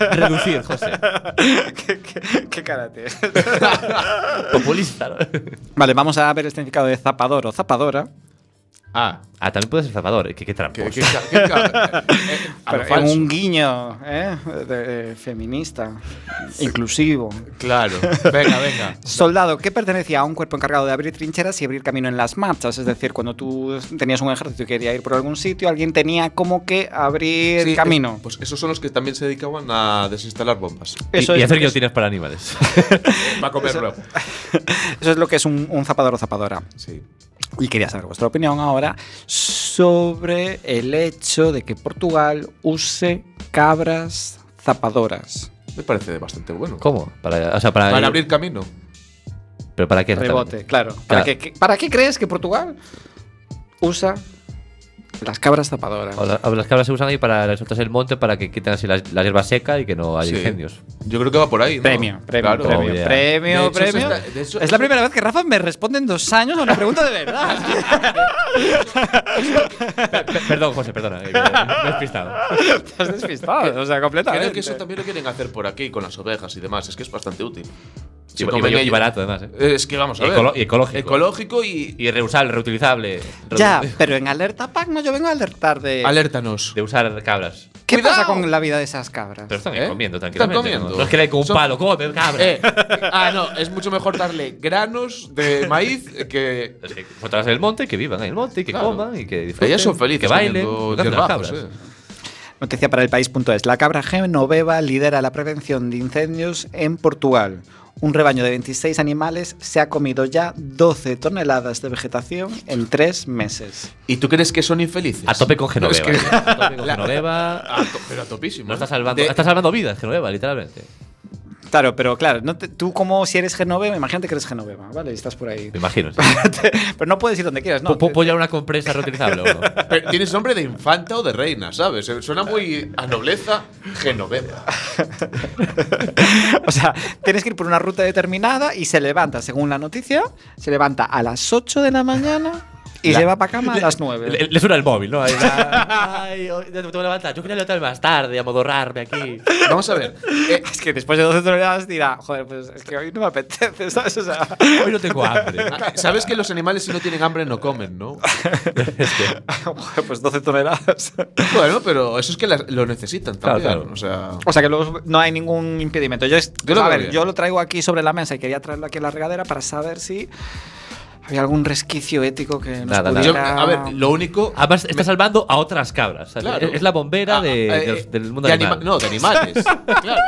Speaker 3: reducir, José.
Speaker 5: ¿Qué, qué, qué cara tienes?
Speaker 3: Populista, ¿no?
Speaker 5: Vale, vamos a ver el significado de zapador o zapadora.
Speaker 4: [laughs] Ah,
Speaker 3: Ah, también puede ser Salvador. Qué, qué tramposo.
Speaker 4: que, que, ca- que [laughs] ca- eh, eh, Pues a lo
Speaker 5: Pero
Speaker 4: falso.
Speaker 5: un guiño ¿eh? de- de- feminista, inclusivo.
Speaker 4: Claro. Venga, venga.
Speaker 5: Soldado que pertenecía a un cuerpo encargado de abrir trincheras y abrir camino en las marchas. Es decir, cuando tú tenías un ejército y quería ir por algún sitio, alguien tenía como que abrir
Speaker 4: Sí,
Speaker 5: camino.
Speaker 4: eh, pues esos son los que también se dedicaban a desinstalar bombas.
Speaker 5: eso,
Speaker 3: pues, y, y
Speaker 5: es,
Speaker 3: hacer guillotinas para animales.
Speaker 4: Para comerlo.
Speaker 5: eso es lo que es un, un zapador o zapadora.
Speaker 4: Sí.
Speaker 5: Y quería saber vuestra opinión ahora sobre el hecho de que Portugal use cabras zapadoras.
Speaker 4: Me parece bastante bueno.
Speaker 3: [laughs] ¿Cómo? Para, o sea, para,
Speaker 4: Para abrir camino.
Speaker 3: ¿Pero para qué? exactamente?
Speaker 5: Rebote, claro. ¿Para,
Speaker 3: Claro.
Speaker 5: qué- qué, ¿Para qué crees que Portugal usa las cabras zapadoras?
Speaker 3: O la- o las cabras se usan ahí para les soltas el monte para que quiten así la, la hierba seca y que no haya
Speaker 4: Sí.
Speaker 3: incendios.
Speaker 4: Yo creo que va por ahí. ¿no?
Speaker 5: Premio, premio,
Speaker 4: Claro.
Speaker 5: premio,
Speaker 3: Idea.
Speaker 5: premio,
Speaker 4: De hecho,
Speaker 5: premio.
Speaker 4: eso está- de hecho,
Speaker 5: es la
Speaker 4: eso-
Speaker 5: primera vez que Rafa me responde en dos años a una pregunta de verdad. [laughs]
Speaker 3: Pe- Perdón, José, perdona. eh, que Me he [laughs] despistado.
Speaker 5: Te has despistado, o sea, completamente.
Speaker 4: Creo que eso también lo quieren hacer por aquí con las ovejas y demás. Es que es bastante útil.
Speaker 3: Y,
Speaker 4: Si
Speaker 3: y-
Speaker 4: comen
Speaker 3: y
Speaker 4: ellos-
Speaker 3: barato, además. eh.
Speaker 4: Es que vamos a ver.
Speaker 3: Ecolo- y ecológico.
Speaker 4: Ecológico y.
Speaker 3: Y reusable, reutilizable. redu-
Speaker 5: Ya, pero en Alerta Pac no, yo vengo a alertar de...
Speaker 4: Alértanos.
Speaker 3: De usar cabras.
Speaker 5: ¿Qué pasa
Speaker 4: Cuidado.
Speaker 5: con la vida de esas cabras?
Speaker 3: Pero están
Speaker 4: ¿Eh?
Speaker 3: comiendo
Speaker 4: Están
Speaker 3: tranquilamente.
Speaker 4: comiendo.
Speaker 3: ¿no? No es que le den con un
Speaker 4: Son-
Speaker 3: palo, come, cabra.
Speaker 4: Eh, ah, no, es mucho mejor darle granos de maíz que.
Speaker 3: Es que fotarlas en el monte, que vivan en el monte, y que
Speaker 4: Claro.
Speaker 3: coman y que disfruten.
Speaker 4: Ellas son felices.
Speaker 3: Que bailen.
Speaker 4: comiendo
Speaker 3: lo que hacen las
Speaker 4: hierbajos,
Speaker 3: cabras.
Speaker 4: eh.
Speaker 5: Noticia para el país.es. La cabra genoveva lidera la prevención de incendios en Portugal. Un rebaño de 26 animales se ha comido ya 12 toneladas de vegetación en tres meses.
Speaker 4: ¿Y tú crees que son infelices?
Speaker 3: A tope con
Speaker 4: No,
Speaker 3: Genoveva.
Speaker 4: es que-
Speaker 3: tío. A tope [laughs] con
Speaker 4: [laughs] La-
Speaker 3: Genoveva.
Speaker 4: A to- pero a topísimo.
Speaker 3: No
Speaker 4: ¿eh?
Speaker 3: está salvando,
Speaker 4: De-
Speaker 3: está salvando vidas, Genoveva, literalmente.
Speaker 5: Claro, pero claro, no te- tú como si eres genoveva, imagínate que eres genoveva, ¿vale? Y estás por ahí. [laughs]
Speaker 3: Me imagino. sí.
Speaker 5: pero no puedes ir donde quieras, ¿no?
Speaker 3: ¿Puedo puedo llevar una compresa reutilizable o no?
Speaker 4: [laughs] Pero tienes nombre de infanta o de reina, ¿sabes? Eh, Suena muy a nobleza genoveva.
Speaker 5: [laughs] O sea, tienes que ir por una ruta determinada y se levanta, según la noticia, se levanta a las 8 de la mañana y se va para cama a las 9.
Speaker 3: [laughs] Le, le suena el móvil, ¿no? Ahí va, [laughs] Ay, hoy ya me tengo que levantar. Yo quería levantarme más tarde, amodorrarme aquí.
Speaker 4: Vamos a ver. eh,
Speaker 5: [laughs] Es que después de 12 toneladas dirá, joder, pues es que hoy no me apetece, [laughs] ¿sabes? O sea,
Speaker 3: Hoy no tengo [laughs] hambre.
Speaker 4: ah, Sabes que los animales si no tienen hambre no comen, ¿no?
Speaker 5: joder, pues 12 toneladas.
Speaker 4: Bueno, pero eso es que las- lo necesitan
Speaker 3: Claro,
Speaker 4: también.
Speaker 3: claro.
Speaker 4: O sea,
Speaker 5: O sea que luego no hay ningún impedimento. Yo, es-
Speaker 4: Yo lo
Speaker 5: a
Speaker 4: veo
Speaker 5: ver,
Speaker 4: bien.
Speaker 5: yo lo traigo aquí sobre la mesa y quería traerlo aquí en la regadera para saber si había algún resquicio ético que nos
Speaker 3: Nada, nada.
Speaker 5: pudiera...
Speaker 4: yo- a ver, lo único.
Speaker 3: Además, está salvando a otras cabras. ¿sabes?
Speaker 4: Claro.
Speaker 3: Es la bombera
Speaker 4: Ah,
Speaker 3: de-
Speaker 4: ah,
Speaker 3: de
Speaker 4: eh,
Speaker 3: los- del mundo
Speaker 4: de anima-
Speaker 3: animal.
Speaker 4: No,
Speaker 3: [laughs]
Speaker 4: de animales. claro.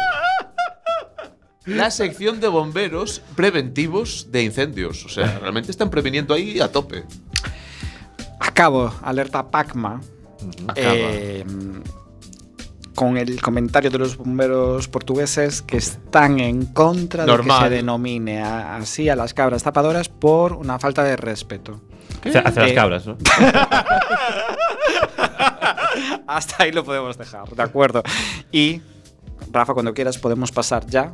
Speaker 4: La sección de bomberos preventivos de incendios. O sea, realmente están previniendo ahí a
Speaker 3: [laughs]
Speaker 4: tope.
Speaker 5: Acabo, alerta PACMA. eh, con el comentario de los bomberos portugueses que están en contra de
Speaker 4: Normal.
Speaker 5: que se denomine a- así a las cabras tapadoras por una falta de respeto.
Speaker 3: O sea, hacia
Speaker 5: Eh,
Speaker 3: las cabras, ¿no?
Speaker 5: Hasta ahí lo podemos dejar, de acuerdo. Y Rafa, cuando quieras podemos pasar ya.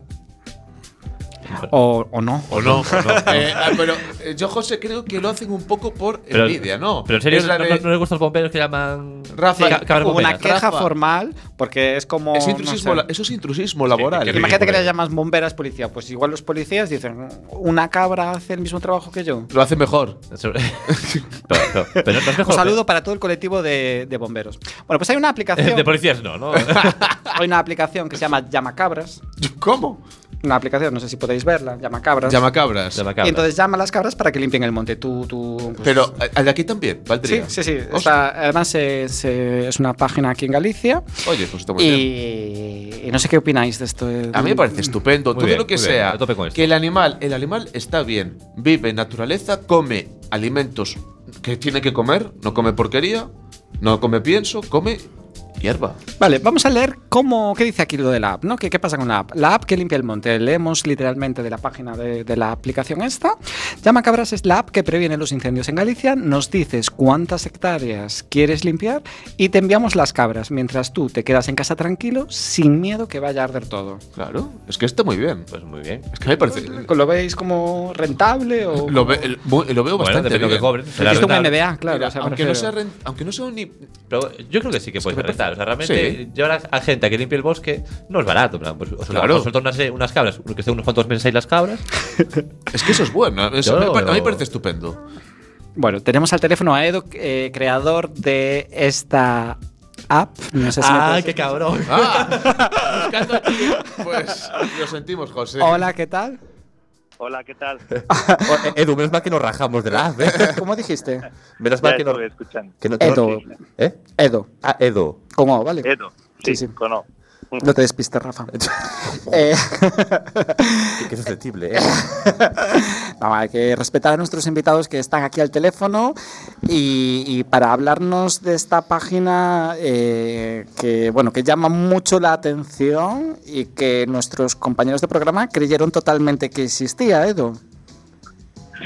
Speaker 5: O, o no.
Speaker 4: O no.
Speaker 3: [laughs]
Speaker 4: Eh, ah, pero eh, yo, José, creo que lo hacen un poco por
Speaker 11: Pero-
Speaker 4: envidia, ¿no?
Speaker 11: Pero en serio,
Speaker 4: Es la
Speaker 11: no,
Speaker 4: de-
Speaker 11: no- no le gustan los bomberos que llaman.
Speaker 4: Rafa,
Speaker 11: ca- cámaras
Speaker 5: Hubo una
Speaker 11: bomberas.
Speaker 5: queja
Speaker 4: Rafa.
Speaker 5: formal porque es como.
Speaker 4: es
Speaker 5: no
Speaker 4: intrusismo
Speaker 5: sé.
Speaker 4: la- eso es intrusismo laboral.
Speaker 11: que- que-
Speaker 5: Imagínate que
Speaker 11: Horrible.
Speaker 5: le llamas bomberas policía. Pues igual los policías dicen, una cabra hace el mismo trabajo que yo.
Speaker 4: lo hacen mejor. [laughs]
Speaker 3: [laughs]
Speaker 11: Sobre- no, no, pero no es mejor.
Speaker 5: Un saludo para todo el colectivo de, de bomberos. Bueno, pues hay una aplicación.
Speaker 11: Eh, De policías no,
Speaker 5: [laughs]
Speaker 11: ¿no?
Speaker 5: hay una aplicación que se llama Llamacabras.
Speaker 4: ¿Cómo?
Speaker 5: Una aplicación, no sé si podéis verla, Llamacabras.
Speaker 4: Llamacabras.
Speaker 11: Llamacabras.
Speaker 5: Y entonces llama a las cabras para que limpien el monte. Tú, tú. pues-
Speaker 4: Pero ¿a- al de aquí también,
Speaker 5: Sí,
Speaker 4: valdría.
Speaker 5: sí, sí.
Speaker 4: Ostras,
Speaker 5: Está- además, se- se- es una página aquí en Galicia.
Speaker 4: Oye, pues está muy bien.
Speaker 5: Y, y no sé qué opináis de esto. eh,
Speaker 4: A mí me parece estupendo.
Speaker 11: Muy
Speaker 4: Todo
Speaker 11: bien,
Speaker 4: lo que
Speaker 11: muy bien,
Speaker 4: sea.
Speaker 11: a tope con esto.
Speaker 4: que el animal, el animal está bien. Vive en naturaleza, come alimentos que tiene que comer, no come porquería, no come pienso, come hierba.
Speaker 5: Vale, vamos a leer cómo, qué dice aquí lo de la app, ¿no? ¿Qué, qué pasa con la app? La app que limpia el monte, leemos literalmente de la página de, de la aplicación esta. Llama Cabras es la app que previene los incendios en Galicia, nos dices cuántas hectáreas quieres limpiar y te enviamos las cabras, mientras tú te quedas en casa tranquilo, sin miedo que vaya a arder todo.
Speaker 4: Claro, es que está muy bien.
Speaker 11: Pues muy bien.
Speaker 4: Es que me parece.
Speaker 5: ¿Lo veis como rentable o...?
Speaker 4: Lo, ve- el- mu- lo veo
Speaker 11: Bueno,
Speaker 4: bastante
Speaker 11: depende de lo que
Speaker 4: bien.
Speaker 11: cobren.
Speaker 5: Porque
Speaker 11: será
Speaker 5: esto es un
Speaker 11: rentable.
Speaker 5: MBA, claro.
Speaker 4: Mira,
Speaker 5: o sea, me
Speaker 4: aunque, no sea
Speaker 5: refiero.
Speaker 4: ren- aunque no sea un ni.
Speaker 11: Pero eh, yo creo que sí que puede
Speaker 4: me
Speaker 11: ser rentable. O sea, realmente
Speaker 4: Sí.
Speaker 11: llevar a- a gente a que limpie el bosque no es barato. en plan, Pues, o sea,
Speaker 4: Claro.
Speaker 11: soltar unas, unas cabras, que estén unos cuantos meses ahí las cabras.
Speaker 4: Es que eso es bueno. eso
Speaker 11: Yo-
Speaker 4: me pa- a mí me parece estupendo.
Speaker 5: Bueno, tenemos al teléfono a Edo, eh, creador de esta app. No sé si
Speaker 3: Ah,
Speaker 5: me puedes-
Speaker 11: qué
Speaker 5: [laughs]
Speaker 11: cabrón! [laughs]
Speaker 4: Ah, buscando aquí, pues lo sentimos, José.
Speaker 5: Hola, ¿qué tal?
Speaker 12: Hola, ¿qué
Speaker 3: O-
Speaker 12: tal?
Speaker 3: eh, Edu, menos mal que nos rajamos de la app,
Speaker 11: [laughs]
Speaker 3: ¿eh?
Speaker 13: ¿Cómo [laughs] dijiste?
Speaker 3: Menos
Speaker 12: Ya
Speaker 3: mal que no.
Speaker 12: estuve escuchando.
Speaker 3: Que no que no-
Speaker 13: Edo.
Speaker 3: ¿Eh?
Speaker 13: Edo.
Speaker 3: Ah, Edo.
Speaker 13: ¿Cómo? Vale.
Speaker 12: Edo,
Speaker 13: Sí,
Speaker 12: sí,
Speaker 13: sí.
Speaker 12: con O.
Speaker 13: No te despistes, Rafa. [laughs] Eh,
Speaker 3: Que, que es susceptible, ¿eh?
Speaker 13: No, hay que respetar a nuestros invitados que están aquí al teléfono y, y para hablarnos de esta página eh, que bueno que llama mucho la atención y que nuestros compañeros de programa creyeron totalmente que existía, Edu.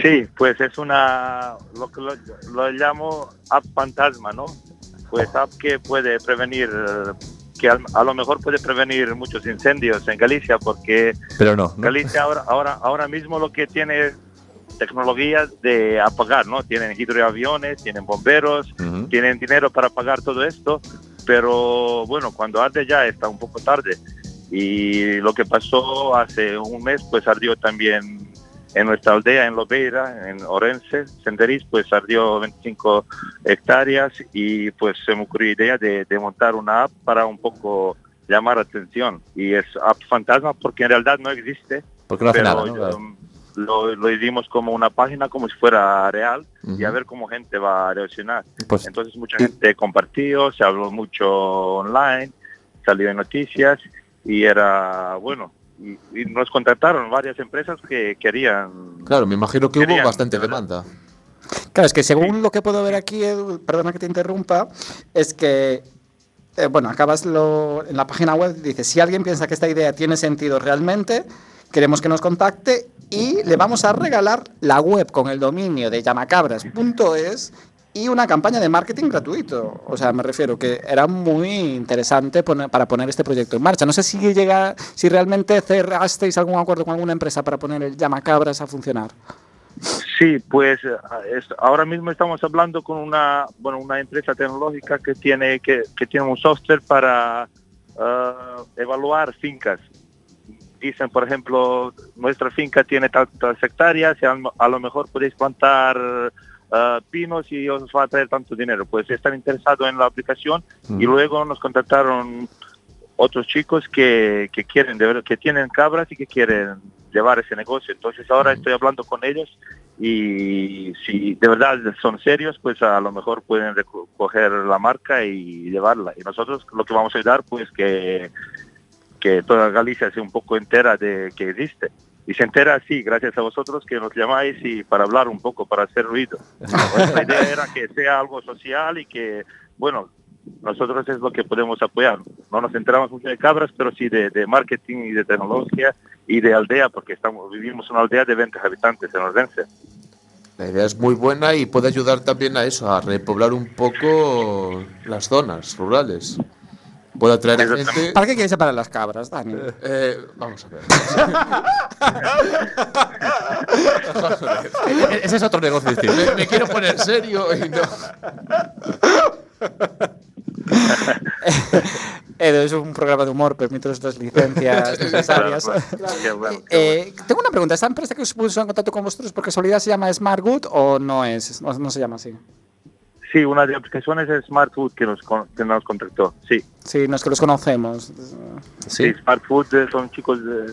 Speaker 12: Sí, pues es una, lo que lo, lo llamo app fantasma, ¿no? Pues app que puede prevenir, eh, que al- a lo mejor puede prevenir muchos incendios en Galicia, porque
Speaker 3: Pero no.
Speaker 4: [laughs]
Speaker 3: ¿no?
Speaker 12: Galicia ahora, ahora, ahora mismo lo que tiene es tecnologías de apagar, ¿no? Tienen hidroaviones, tienen bomberos,
Speaker 3: Ujú.
Speaker 12: tienen dinero para pagar todo esto, pero bueno, cuando arde ya está un poco tarde. Y lo que pasó hace un mes, pues ardió también en nuestra aldea, en Lobeira, en Orense, Senderis, pues ardió 25 hectáreas y pues se me ocurrió idea de, de montar una app para un poco llamar atención. Y es app fantasma porque en realidad no existe,
Speaker 3: Porque no hace
Speaker 12: pero
Speaker 3: nada, ¿no?
Speaker 12: yo, um, lo, lo hicimos como una página, como si fuera real, y a
Speaker 3: Ujú.
Speaker 12: ver cómo gente va a reaccionar.
Speaker 3: Pues
Speaker 12: Entonces mucha gente compartió, se habló mucho online, salió en noticias y era bueno. Y, y nos contactaron varias empresas que querían.
Speaker 4: Claro, me imagino que hubo
Speaker 12: Querían,
Speaker 4: bastante
Speaker 12: ¿verdad?
Speaker 4: demanda.
Speaker 13: Claro, es que según lo que puedo ver aquí, Edu, perdona que te interrumpa, es que, eh, bueno, acabas lo- en la página web, dice, si alguien piensa que esta idea tiene sentido realmente, queremos que nos contacte y le vamos a regalar la web con el dominio de llamacabras.es y una campaña de marketing gratuito. O sea, me refiero que era muy interesante poner- para poner este proyecto en marcha. No sé si llega, si realmente cerrasteis algún acuerdo con alguna empresa para poner el llamacabras a funcionar.
Speaker 12: Sí, pues eh, es- ahora mismo estamos hablando con una bueno una empresa tecnológica que tiene que, que tiene un software para eh, evaluar fincas. Dicen, por ejemplo, nuestra finca tiene tantas hectáreas y a lo- a lo mejor podéis plantar eh, pinos y os va a traer tanto dinero. Pues están interesados en la aplicación y luego nos contactaron otros chicos que, que quieren de verdad, que tienen cabras y que quieren llevar ese negocio. Entonces ahora estoy hablando con ellos y si de verdad son serios, pues a lo mejor pueden reco- coger la marca y llevarla. Y nosotros lo que vamos a ayudar, pues que, que toda Galicia sea un poco entera de que existe. Y se entera así, gracias a vosotros que nos llamáis y para hablar un poco, para hacer ruido. Nuestra idea era que sea algo social y que, bueno, nosotros es lo que podemos apoyar. No nos enteramos mucho de cabras, pero sí de, de marketing y de tecnología y de aldea, porque estamos vivimos una aldea de 20 habitantes en Ordense.
Speaker 4: La idea es muy buena y puede ayudar también a eso, a repoblar un poco las zonas rurales. Puedo atraer a gente.
Speaker 5: ¿Para qué quieres separar las cabras, Dani?
Speaker 13: [laughs]
Speaker 4: Eh, vamos a ver.
Speaker 3: E- Ese es otro negocio distinto.
Speaker 4: Me, me quiero poner serio y no.
Speaker 5: Edo, Eh, es un programa de humor, permito nuestras
Speaker 12: [laughs]
Speaker 5: licencias necesarias.
Speaker 12: Claro, claro. Qué bueno,
Speaker 5: [laughs] Eh, tengo una pregunta. ¿Esta empresa que os puso en contacto con vosotros por casualidad se llama Smart Good o no es? No, no se llama así.
Speaker 12: Sí, una de las aplicaciones es Smartwood que nos, con- que nos contactó. Sí.
Speaker 5: Sí, no es que los conocemos.
Speaker 12: Sí. Smartfood eh, son chicos de,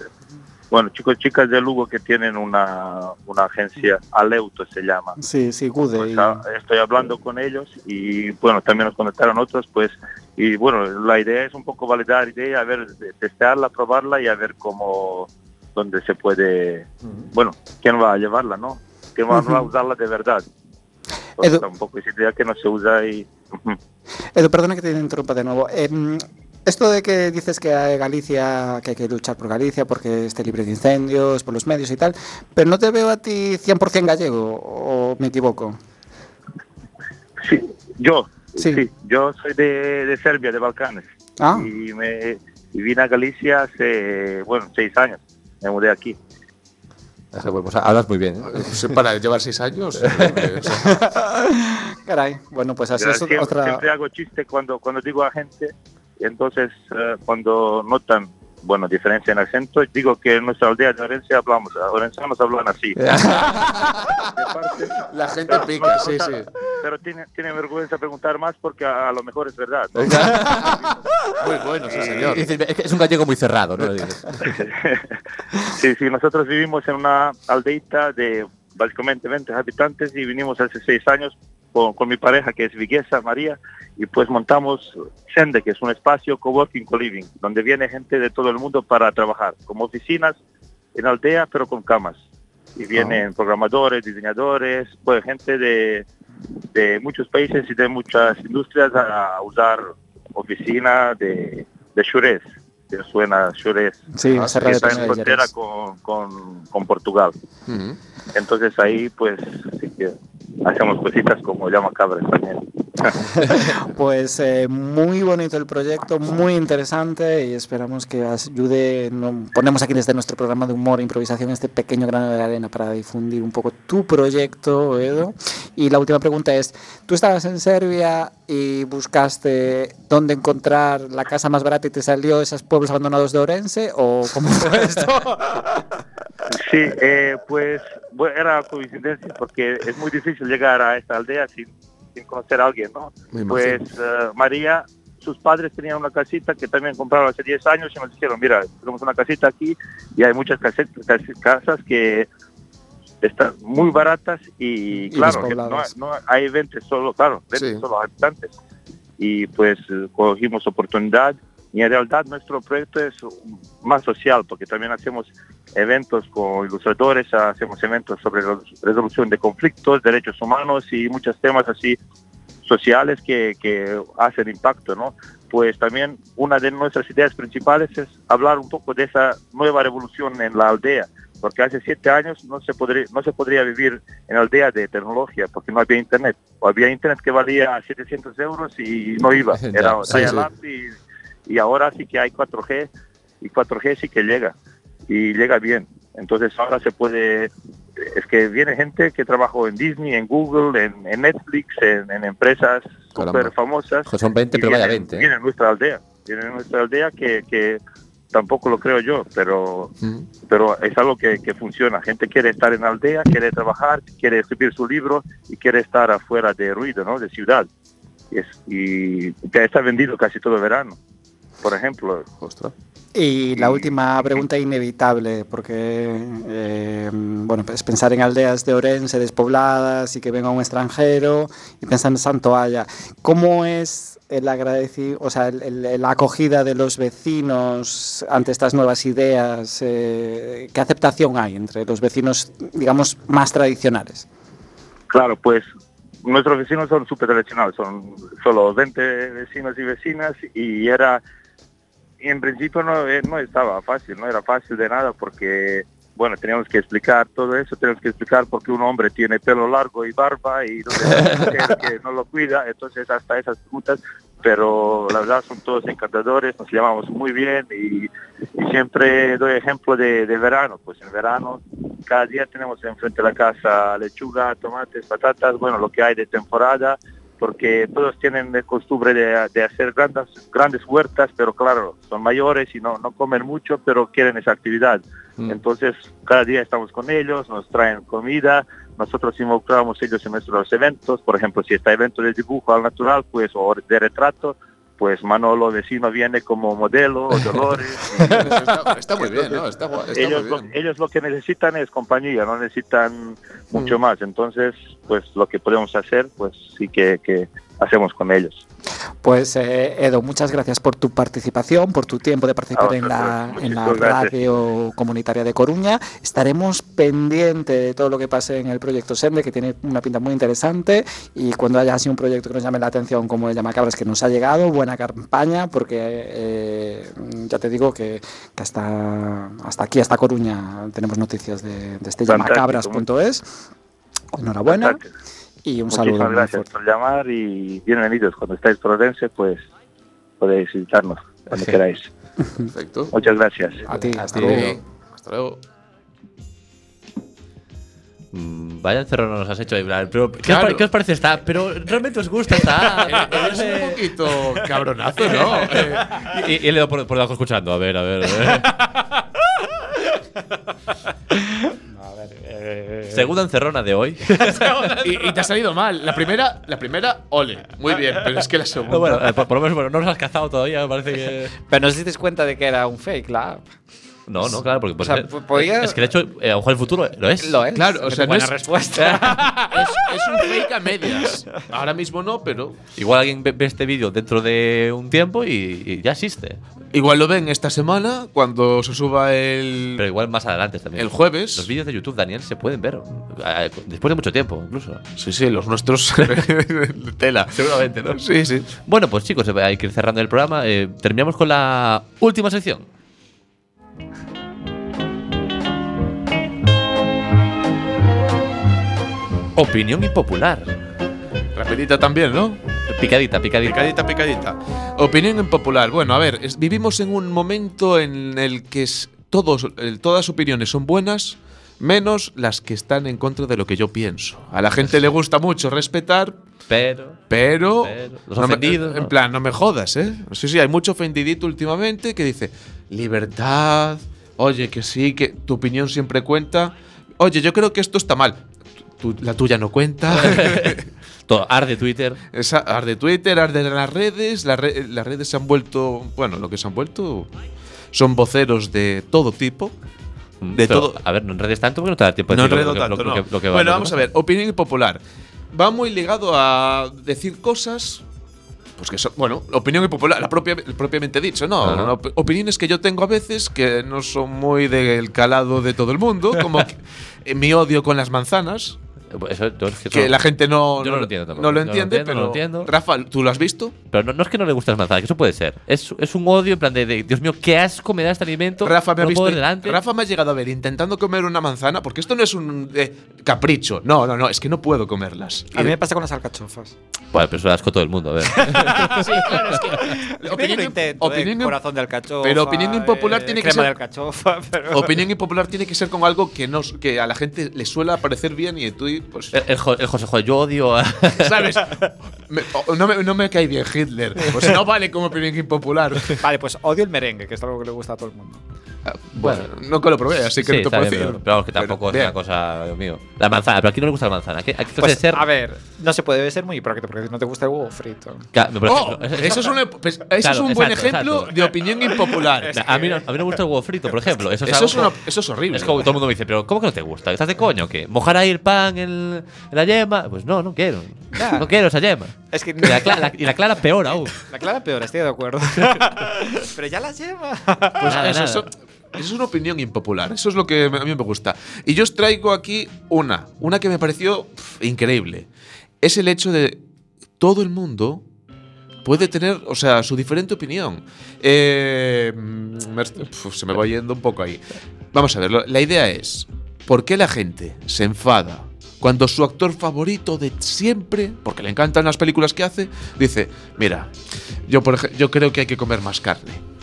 Speaker 12: bueno, chicos, chicas de Lugo que tienen una, una agencia, Aleuto se llama.
Speaker 5: Sí, sí, Good. y-
Speaker 12: Ah, Estoy hablando con ellos y bueno, también nos contactaron otros, pues, y bueno, la idea es un poco validar idea, a ver, de- testearla, probarla y a ver cómo, dónde se puede, bueno, quién va a llevarla, ¿no? ¿Quién va a
Speaker 5: Ujú.
Speaker 12: usarla de verdad? Entonces,
Speaker 5: Edu-
Speaker 12: tampoco es idea que no se usa y... Ujú.
Speaker 5: Edu, perdona que te interrumpa de nuevo. Em, esto de que dices que hay Galicia, que hay que luchar por Galicia porque esté libre de incendios, por los medios y tal, pero no te veo a ti 100% gallego, o me equivoco.
Speaker 12: Yo,
Speaker 5: Sí.
Speaker 12: sí. yo soy de, de Serbia, de Balcanes.
Speaker 5: Ah.
Speaker 12: Y me y vine a Galicia hace, bueno, seis años. Me mudé aquí.
Speaker 3: Pues hablas muy bien.
Speaker 4: Pues Para llevar seis años.
Speaker 5: [laughs]
Speaker 4: eh,
Speaker 5: Caray, bueno, pues así
Speaker 12: Pero
Speaker 5: es
Speaker 12: siempre,
Speaker 5: otra.
Speaker 12: siempre hago chiste cuando, cuando digo a gente, entonces eh, cuando notan, bueno, diferencia en acento, digo que en nuestra aldea de Orense hablamos, orensanos
Speaker 4: [laughs]
Speaker 12: hablan así.
Speaker 4: La [laughs] gente pica, sí, sí.
Speaker 12: Pero tiene, tiene vergüenza preguntar más porque a, a lo mejor es verdad. ¿no?
Speaker 3: [laughs]
Speaker 4: Muy bueno, sí, señor.
Speaker 3: Es que es un gallego muy cerrado, ¿no?
Speaker 12: [laughs] Sí, sí, nosotros vivimos en una aldeita de básicamente 20 habitantes y vinimos hace seis años con, con mi pareja que es viguesa, María, y pues montamos Sende, que es un espacio coworking, co-living, donde viene gente de todo el mundo para trabajar, como oficinas en aldea, pero con camas. Y vienen programadores, diseñadores, pues gente de, de muchos países y de muchas industrias a usar oficina de, de Xurés. ¿Te suena Xurés?
Speaker 5: Sí,
Speaker 12: Ah,
Speaker 5: Serra de
Speaker 12: está en
Speaker 5: Torres.
Speaker 12: frontera con, con- con Portugal. Entonces ahí pues sí que hacemos cositas como llama cabras también.
Speaker 5: Pues eh, muy bonito el proyecto, muy interesante y esperamos que os ayude. no- ponemos aquí desde nuestro programa de humor e improvisación este pequeño grano de arena para difundir un poco tu proyecto, Edo. Y la última pregunta es, tú estabas en Serbia y buscaste dónde encontrar la casa más barata y te salió esos pueblos abandonados de Orense o cómo fue esto?
Speaker 12: Sí, eh, pues bueno, era coincidencia porque es muy difícil llegar a esta aldea sin, sin conocer a alguien, ¿no?
Speaker 4: Me
Speaker 12: Pues
Speaker 4: imagino.
Speaker 12: eh, María, sus padres tenían una casita que también compraron hace 10 años y nos dijeron, mira, tenemos una casita aquí y hay muchas case- case- casas que están muy baratas y, claro, que no,
Speaker 5: despobladas.
Speaker 12: no hay 20 solo, claro, 20
Speaker 4: Sí.
Speaker 12: solo habitantes. Y pues eh, cogimos oportunidad y en realidad nuestro proyecto es más social porque también hacemos eventos con ilustradores, hacemos eventos sobre resolu- resolución de conflictos, derechos humanos y muchos temas así sociales que, que hacen impacto, ¿no? Pues también una de nuestras ideas principales es hablar un poco de esa nueva revolución en la aldea, porque hace siete años no se podría, no se podría vivir en la aldea de tecnología, porque no había internet, o había internet que valía 700 euros y no
Speaker 3: [laughs]
Speaker 12: iba,
Speaker 3: Ya,
Speaker 12: era
Speaker 3: sí, sí.
Speaker 12: dial-up y, y ahora sí que hay 4G, y 4G sí que llega, y llega bien. Entonces ahora se puede es que viene gente que trabajó en Disney, en Google, en, en Netflix, en, en empresas
Speaker 3: Caramba.
Speaker 12: súper famosas.
Speaker 3: Pues son 20,
Speaker 12: y
Speaker 3: pero vaya
Speaker 12: vienen-
Speaker 3: 20, ¿eh?
Speaker 12: Vienen a nuestra aldea. Vienen a nuestra aldea que, que tampoco lo creo yo, pero, pero es algo que, que funciona. Gente quiere estar en la aldea, quiere trabajar, quiere escribir su libro y quiere estar afuera de ruido, ¿no? De ciudad. Y, es- y ya está vendido casi todo el verano. Por ejemplo,
Speaker 5: Y la última pregunta inevitable, porque eh, bueno, pues pensar en aldeas de Orense despobladas y que venga un extranjero y pensar en Santo Haya, ¿cómo es el agradecido, o sea, el- el- la acogida de los vecinos ante estas nuevas ideas? eh, ¿Qué aceptación hay entre los vecinos, digamos, más tradicionales?
Speaker 12: Claro, pues nuestros vecinos son súper tradicionales, son solo 20 vecinos y vecinas y era, y en principio no, eh, no estaba fácil, no era fácil de nada porque bueno, teníamos que explicar todo eso, teníamos que explicar por qué un hombre tiene pelo largo y barba y dónde está la mujer que no lo cuida, entonces hasta esas preguntas, pero la verdad son todos encantadores, nos llevamos muy bien y, y siempre doy ejemplo de, de verano, pues en verano cada día tenemos enfrente de la casa lechuga, tomates, patatas, bueno, lo que hay de temporada, porque todos tienen la costumbre de, de hacer grandes, grandes huertas, pero claro, son mayores y no, no comen mucho, pero quieren esa actividad.
Speaker 14: Mm.
Speaker 12: Entonces, cada día estamos con ellos, nos traen comida, nosotros involucramos ellos en nuestros eventos, por ejemplo, si está evento de dibujo al natural, pues, o de retrato, pues Manolo Vecino viene como modelo, o Dolores.
Speaker 15: está, está muy bien, ¿no? Está, gua- está
Speaker 12: ellos,
Speaker 15: muy
Speaker 12: lo,
Speaker 15: bien.
Speaker 12: ellos lo que necesitan es compañía, no necesitan mucho
Speaker 5: Mm.
Speaker 12: más. Entonces, pues lo que podemos hacer, pues sí que, que hacemos con ellos.
Speaker 5: Pues eh, Edo, muchas gracias por tu participación, por tu tiempo de participar
Speaker 12: A
Speaker 5: en la, en la
Speaker 12: Muchísimas gracias.
Speaker 5: radio comunitaria de Coruña. Estaremos pendiente de todo lo que pase en el proyecto Sende, que tiene una pinta muy interesante. Y cuando haya así un proyecto que nos llame la atención, como el Llamacabras, que nos ha llegado, buena campaña, porque eh, ya te digo que, que hasta, hasta aquí, hasta Coruña, tenemos noticias de, de este
Speaker 12: Fantástico,
Speaker 5: llamacabras.es. Enhorabuena y un saludo.
Speaker 12: Muchísimas
Speaker 5: muy
Speaker 12: gracias
Speaker 5: fuerte.
Speaker 12: por llamar y bienvenidos. Cuando estáis por Orense, pues podéis visitarnos cuando queráis.
Speaker 15: Perfecto.
Speaker 12: Muchas gracias.
Speaker 5: A ti,
Speaker 15: hasta
Speaker 3: luego.
Speaker 15: Hasta luego.
Speaker 3: Mm, Vaya cerro nos has hecho ahí, Blan. Pero, ¿qué, os
Speaker 15: Claro.
Speaker 3: pare- qué os parece esta? Pero realmente os gusta [laughs]
Speaker 11: Eh,
Speaker 3: esta.
Speaker 15: Eres un poquito cabronazo, ¿no? Eh,
Speaker 3: [laughs] y, y le doy por, por debajo escuchando. A ver, a ver. A
Speaker 7: eh,
Speaker 3: ver. Segunda encerrona de
Speaker 7: [laughs]
Speaker 3: hoy.
Speaker 15: y, y te ha salido mal. La primera, la primera, ole. Muy bien, pero es que la segunda.
Speaker 3: No, bueno, eh, por, por lo menos bueno, no nos has cazado todavía, me parece que.
Speaker 7: Pero no os disteis cuenta de que era un fake la app.
Speaker 3: No, no, claro, porque.
Speaker 7: O sea,
Speaker 3: porque-
Speaker 7: po- podía-
Speaker 3: Es que de hecho, eh, a lo mejor el futuro lo es.
Speaker 7: Lo es.
Speaker 15: Claro, o sea, no
Speaker 7: ¿eh? buena
Speaker 15: es-
Speaker 7: respuesta. [laughs]
Speaker 15: es, es un fake a medias. Ahora mismo no, pero.
Speaker 3: Igual alguien ve, ve este vídeo dentro de un tiempo y, y ya existe.
Speaker 4: Igual lo ven esta semana cuando se suba el.
Speaker 3: Pero igual más adelante también.
Speaker 4: El jueves.
Speaker 3: Los vídeos de YouTube, Daniel, se pueden ver. eh, Después de mucho tiempo, incluso.
Speaker 4: Sí, sí, los nuestros. [laughs] tela.
Speaker 3: Seguramente, ¿no?
Speaker 4: Sí, sí.
Speaker 3: Bueno, pues chicos, eh, hay que ir cerrando el programa. Eh, terminamos con la última sección. Opinión impopular.
Speaker 4: Rapidita también, ¿no?
Speaker 3: Picadita, picadita.
Speaker 4: Picadita, picadita. Opinión impopular. Bueno, a ver, es- vivimos en un momento en el que es- todos, el- todas opiniones son buenas, menos las que están en contra de lo que yo pienso. A la gente le gusta mucho respetar,
Speaker 3: Pero.
Speaker 4: pero.
Speaker 3: Pero, los
Speaker 4: me-
Speaker 3: ofendidos,
Speaker 4: En
Speaker 3: ¿no?
Speaker 4: plan, no me jodas, ¿eh? Sí, sí, hay mucho ofendidito últimamente que dice: libertad, oye, que sí, que tu opinión siempre cuenta. Oye, yo creo que esto está mal. Tu- la tuya
Speaker 3: [laughs]
Speaker 4: no cuenta.
Speaker 3: Todo, arde Twitter.
Speaker 4: Esa, arde Twitter, arde las redes. la re- las redes se han vuelto. Bueno, lo que se han vuelto son voceros de todo tipo. De
Speaker 3: Pero,
Speaker 4: todo.
Speaker 3: A ver, no enredes tanto porque no te da tiempo de
Speaker 4: no
Speaker 3: decir Pues lo-
Speaker 4: enredo
Speaker 3: lo- lo-
Speaker 4: tanto,
Speaker 3: lo
Speaker 4: no.
Speaker 3: que- lo que
Speaker 4: bueno,
Speaker 3: lo
Speaker 4: vamos
Speaker 3: que-
Speaker 4: a ver. Opinión impopular. Va muy ligado a decir cosas. Pues que son, bueno, opinión impopular, la propia, propiamente dicho, ¿no?
Speaker 3: Ajá.
Speaker 4: Una op- opiniones que yo tengo a veces que no son muy del calado de todo el mundo, como que- eh, mi odio con las manzanas,
Speaker 3: Pues Eso, yo es que
Speaker 4: que
Speaker 3: no-
Speaker 4: la gente no,
Speaker 3: Yo no lo entiendo tampoco.
Speaker 4: no lo
Speaker 3: Yo no lo
Speaker 4: entiende,
Speaker 3: entiendo,
Speaker 4: pero
Speaker 3: no lo entiendo.
Speaker 4: Rafa, ¿tú lo has visto?
Speaker 3: Pero no, no es que no le guste las manzanas, que eso puede ser. Es, es un odio en plan de, de, Dios mío, qué asco me da este alimento.
Speaker 4: Rafa me
Speaker 3: no
Speaker 4: ha
Speaker 3: lo
Speaker 4: visto.
Speaker 3: puedo ver delante.
Speaker 4: Rafa me ha llegado a ver intentando comer una manzana, porque esto no es un eh, capricho. No, no, no, es que no puedo comerlas. Eh,
Speaker 7: A mí me pasa con las alcachofas.
Speaker 3: Bueno, pero eso da asco a todo el mundo,
Speaker 4: [laughs]
Speaker 3: a ver.
Speaker 7: Opinión, intento,
Speaker 4: opinión-
Speaker 7: eh, corazón de alcachofa.
Speaker 4: pero opinión impopular
Speaker 7: eh,
Speaker 4: tiene que ser-
Speaker 7: crema de alcachofa, [laughs] pero
Speaker 4: Opinión impopular tiene que ser con algo que, no, que a la gente le suele parecer bien y tú, pues,
Speaker 3: el, el Jo- el José, joder, yo odio
Speaker 4: [laughs]
Speaker 3: a.
Speaker 7: [laughs]
Speaker 4: ¿sabes? Me- o- no, me, no me cae bien Hitler. Pues no vale como opinión impopular.
Speaker 7: Vale, pues odio el merengue, que es algo que le gusta a todo el mundo.
Speaker 4: Bueno, nunca lo probé, así que
Speaker 3: Sí,
Speaker 4: no te
Speaker 3: está
Speaker 4: puedo
Speaker 3: bien,
Speaker 4: decir.
Speaker 3: Pero, pero vamos, que tampoco es
Speaker 4: bien.
Speaker 3: una cosa, Dios mío. La manzana, pero aquí no le gusta la manzana. Aquí, aquí
Speaker 7: Pues,
Speaker 3: puede ser.
Speaker 7: A ver, no se puede ser muy hipócrita porque no te gusta el huevo frito.
Speaker 3: Ca- por
Speaker 4: ¡Oh!
Speaker 3: ejemplo,
Speaker 4: Eso es, una- pues, eso es
Speaker 3: Claro,
Speaker 4: un buen
Speaker 3: exacto,
Speaker 4: ejemplo
Speaker 3: exacto.
Speaker 4: de opinión impopular.
Speaker 3: Na- A mí, no, a mí no me gusta el huevo frito, por ejemplo. Eso es,
Speaker 4: Eso
Speaker 3: algo
Speaker 4: es una-
Speaker 3: que-
Speaker 4: eso es horrible.
Speaker 3: Es como todo el mundo me dice, pero ¿cómo que no te gusta? ¿Estás de coño o qué? ¿Mojar ahí el pan en, en la yema? Pues no, no quiero.
Speaker 7: Ya.
Speaker 3: No quiero esa yema.
Speaker 7: Es que
Speaker 3: Y la, cla- la- y la clara peor aún.
Speaker 7: La clara peor, estoy de acuerdo. [laughs] Pero ya la lleva.
Speaker 4: [laughs] Pues
Speaker 3: Nada,
Speaker 4: eso,
Speaker 3: nada.
Speaker 4: eso- eso es una opinión impopular. Eso es lo que me- a mí me gusta. Y yo os traigo aquí una, una que me pareció pf, increíble. Es el hecho de todo el mundo puede tener, o sea, su diferente opinión. Eh, mm, me est- pf, se me va yendo un poco ahí. Vamos a ver, lo- la idea es, ¿por qué la gente se enfada cuando su actor favorito de siempre, porque le encantan las películas que hace, dice, mira, yo, por ej- yo creo que hay que comer más carne?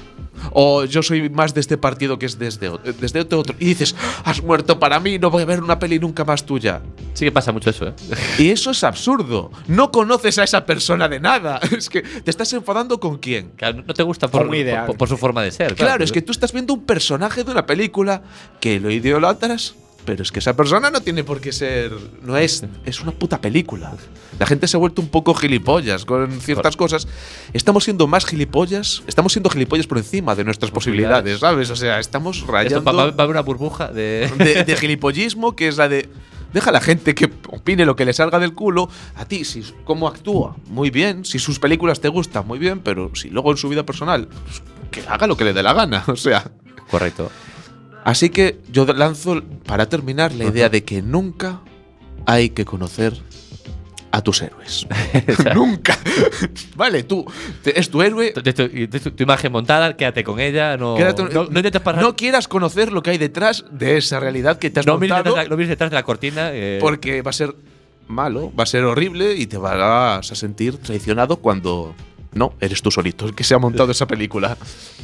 Speaker 4: O yo soy más de este partido que es desde otro, desde otro. otro. Y dices, has muerto para mí, no voy a ver una peli nunca más tuya.
Speaker 3: Sí que pasa mucho eso, ¿eh?
Speaker 4: Y eso es absurdo. No conoces a esa persona de nada. [laughs] Es que te estás enfadando con quién.
Speaker 3: no te gusta por, por- por su forma de ser.
Speaker 4: Claro, es que tú estás viendo un personaje de una película que lo idolatras, pero es que esa persona no tiene por qué ser. No es. Es una puta película. La gente se ha vuelto un poco gilipollas con ciertas cosas. Estamos siendo más gilipollas. Estamos siendo gilipollas por encima de nuestras posibilidades, ¿sabes? O sea, estamos rayando.
Speaker 3: Esto va, va- va a haber una burbuja de.
Speaker 4: de, de gilipollismo, que es la de. Deja a la gente que opine lo que le salga del culo. A ti, si cómo actúa, muy bien. Si sus películas te gustan, muy bien. Pero si luego en su vida personal, pues, que haga lo que le dé la gana. [laughs] O sea.
Speaker 3: [laughs]
Speaker 4: [laughs]
Speaker 3: Correcto.
Speaker 4: Así que yo lanzo, para terminar, la idea de que nunca hay que conocer a tus
Speaker 3: [laughs]
Speaker 4: héroes. nunca. vale, tú te- es tu héroe.
Speaker 3: Tu, tu- tu- tu imagen montada, quédate con ella. No,
Speaker 4: Quédate un-
Speaker 3: no, no intentes pasar-
Speaker 4: no quieres conocer lo que hay detrás de esa realidad que te has
Speaker 3: no mires
Speaker 4: montado.
Speaker 3: detrás de la- no mires detrás de la cortina. eh,
Speaker 4: Porque va a ser malo, va a ser horrible y te vas a sentir traicionado cuando no, eres tú solito el que se ha montado esa película.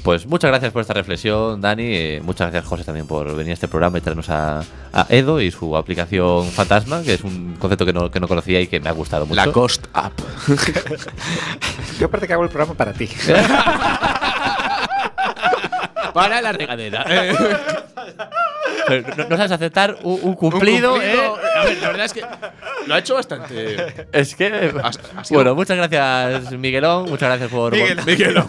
Speaker 3: Pues muchas gracias por esta reflexión, Dani. eh, muchas gracias, José, también por venir a este programa y traernos a, a Edo y su aplicación Fantasma, que es un concepto que no, que no conocía y que me ha gustado mucho.
Speaker 4: La Ghost App.
Speaker 7: [laughs] Yo parece que hago el programa para ti.
Speaker 3: Para la regadera. [laughs] Eh, Pero no, no sabes aceptar un, un cumplido.
Speaker 4: Un cumplido,
Speaker 3: ¿eh?
Speaker 4: A ver, la verdad es que lo ha hecho bastante.
Speaker 3: Es que.
Speaker 4: eh, Ha- ha sido-
Speaker 3: [laughs] Bueno, muchas gracias, Miguelón. Muchas gracias por.
Speaker 4: Miguel,
Speaker 3: [laughs]
Speaker 4: Miguelo.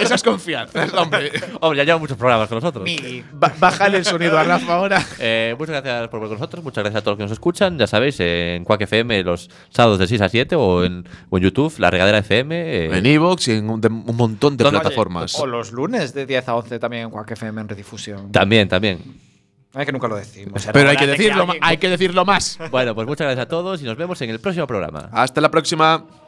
Speaker 4: Esas confianzas, [laughs] hombre.
Speaker 3: Hombre, ya lleva muchos programas con nosotros.
Speaker 4: Bájale el sonido a Rafa ahora.
Speaker 3: Eh, muchas gracias por ver con nosotros, muchas gracias a todos los que nos escuchan. Ya sabéis, eh, en Quack FM los sábados de 6 a 7 o en, o en YouTube, La Regadera FM. eh,
Speaker 4: [laughs] En Evox y en un, de- un montón de
Speaker 3: ¿Dónde-
Speaker 4: plataformas.
Speaker 7: O los lunes de 10 a 11 también en Quack FM en redifusión.
Speaker 3: también, también.
Speaker 7: Ay, que nunca lo decimos. Era
Speaker 4: Pero hay
Speaker 7: hora
Speaker 4: que
Speaker 7: de
Speaker 4: decirlo, ma-
Speaker 7: alguien-
Speaker 4: hay que decirlo más.
Speaker 3: Bueno, pues muchas gracias a todos y nos vemos en el próximo programa.
Speaker 4: Hasta la próxima.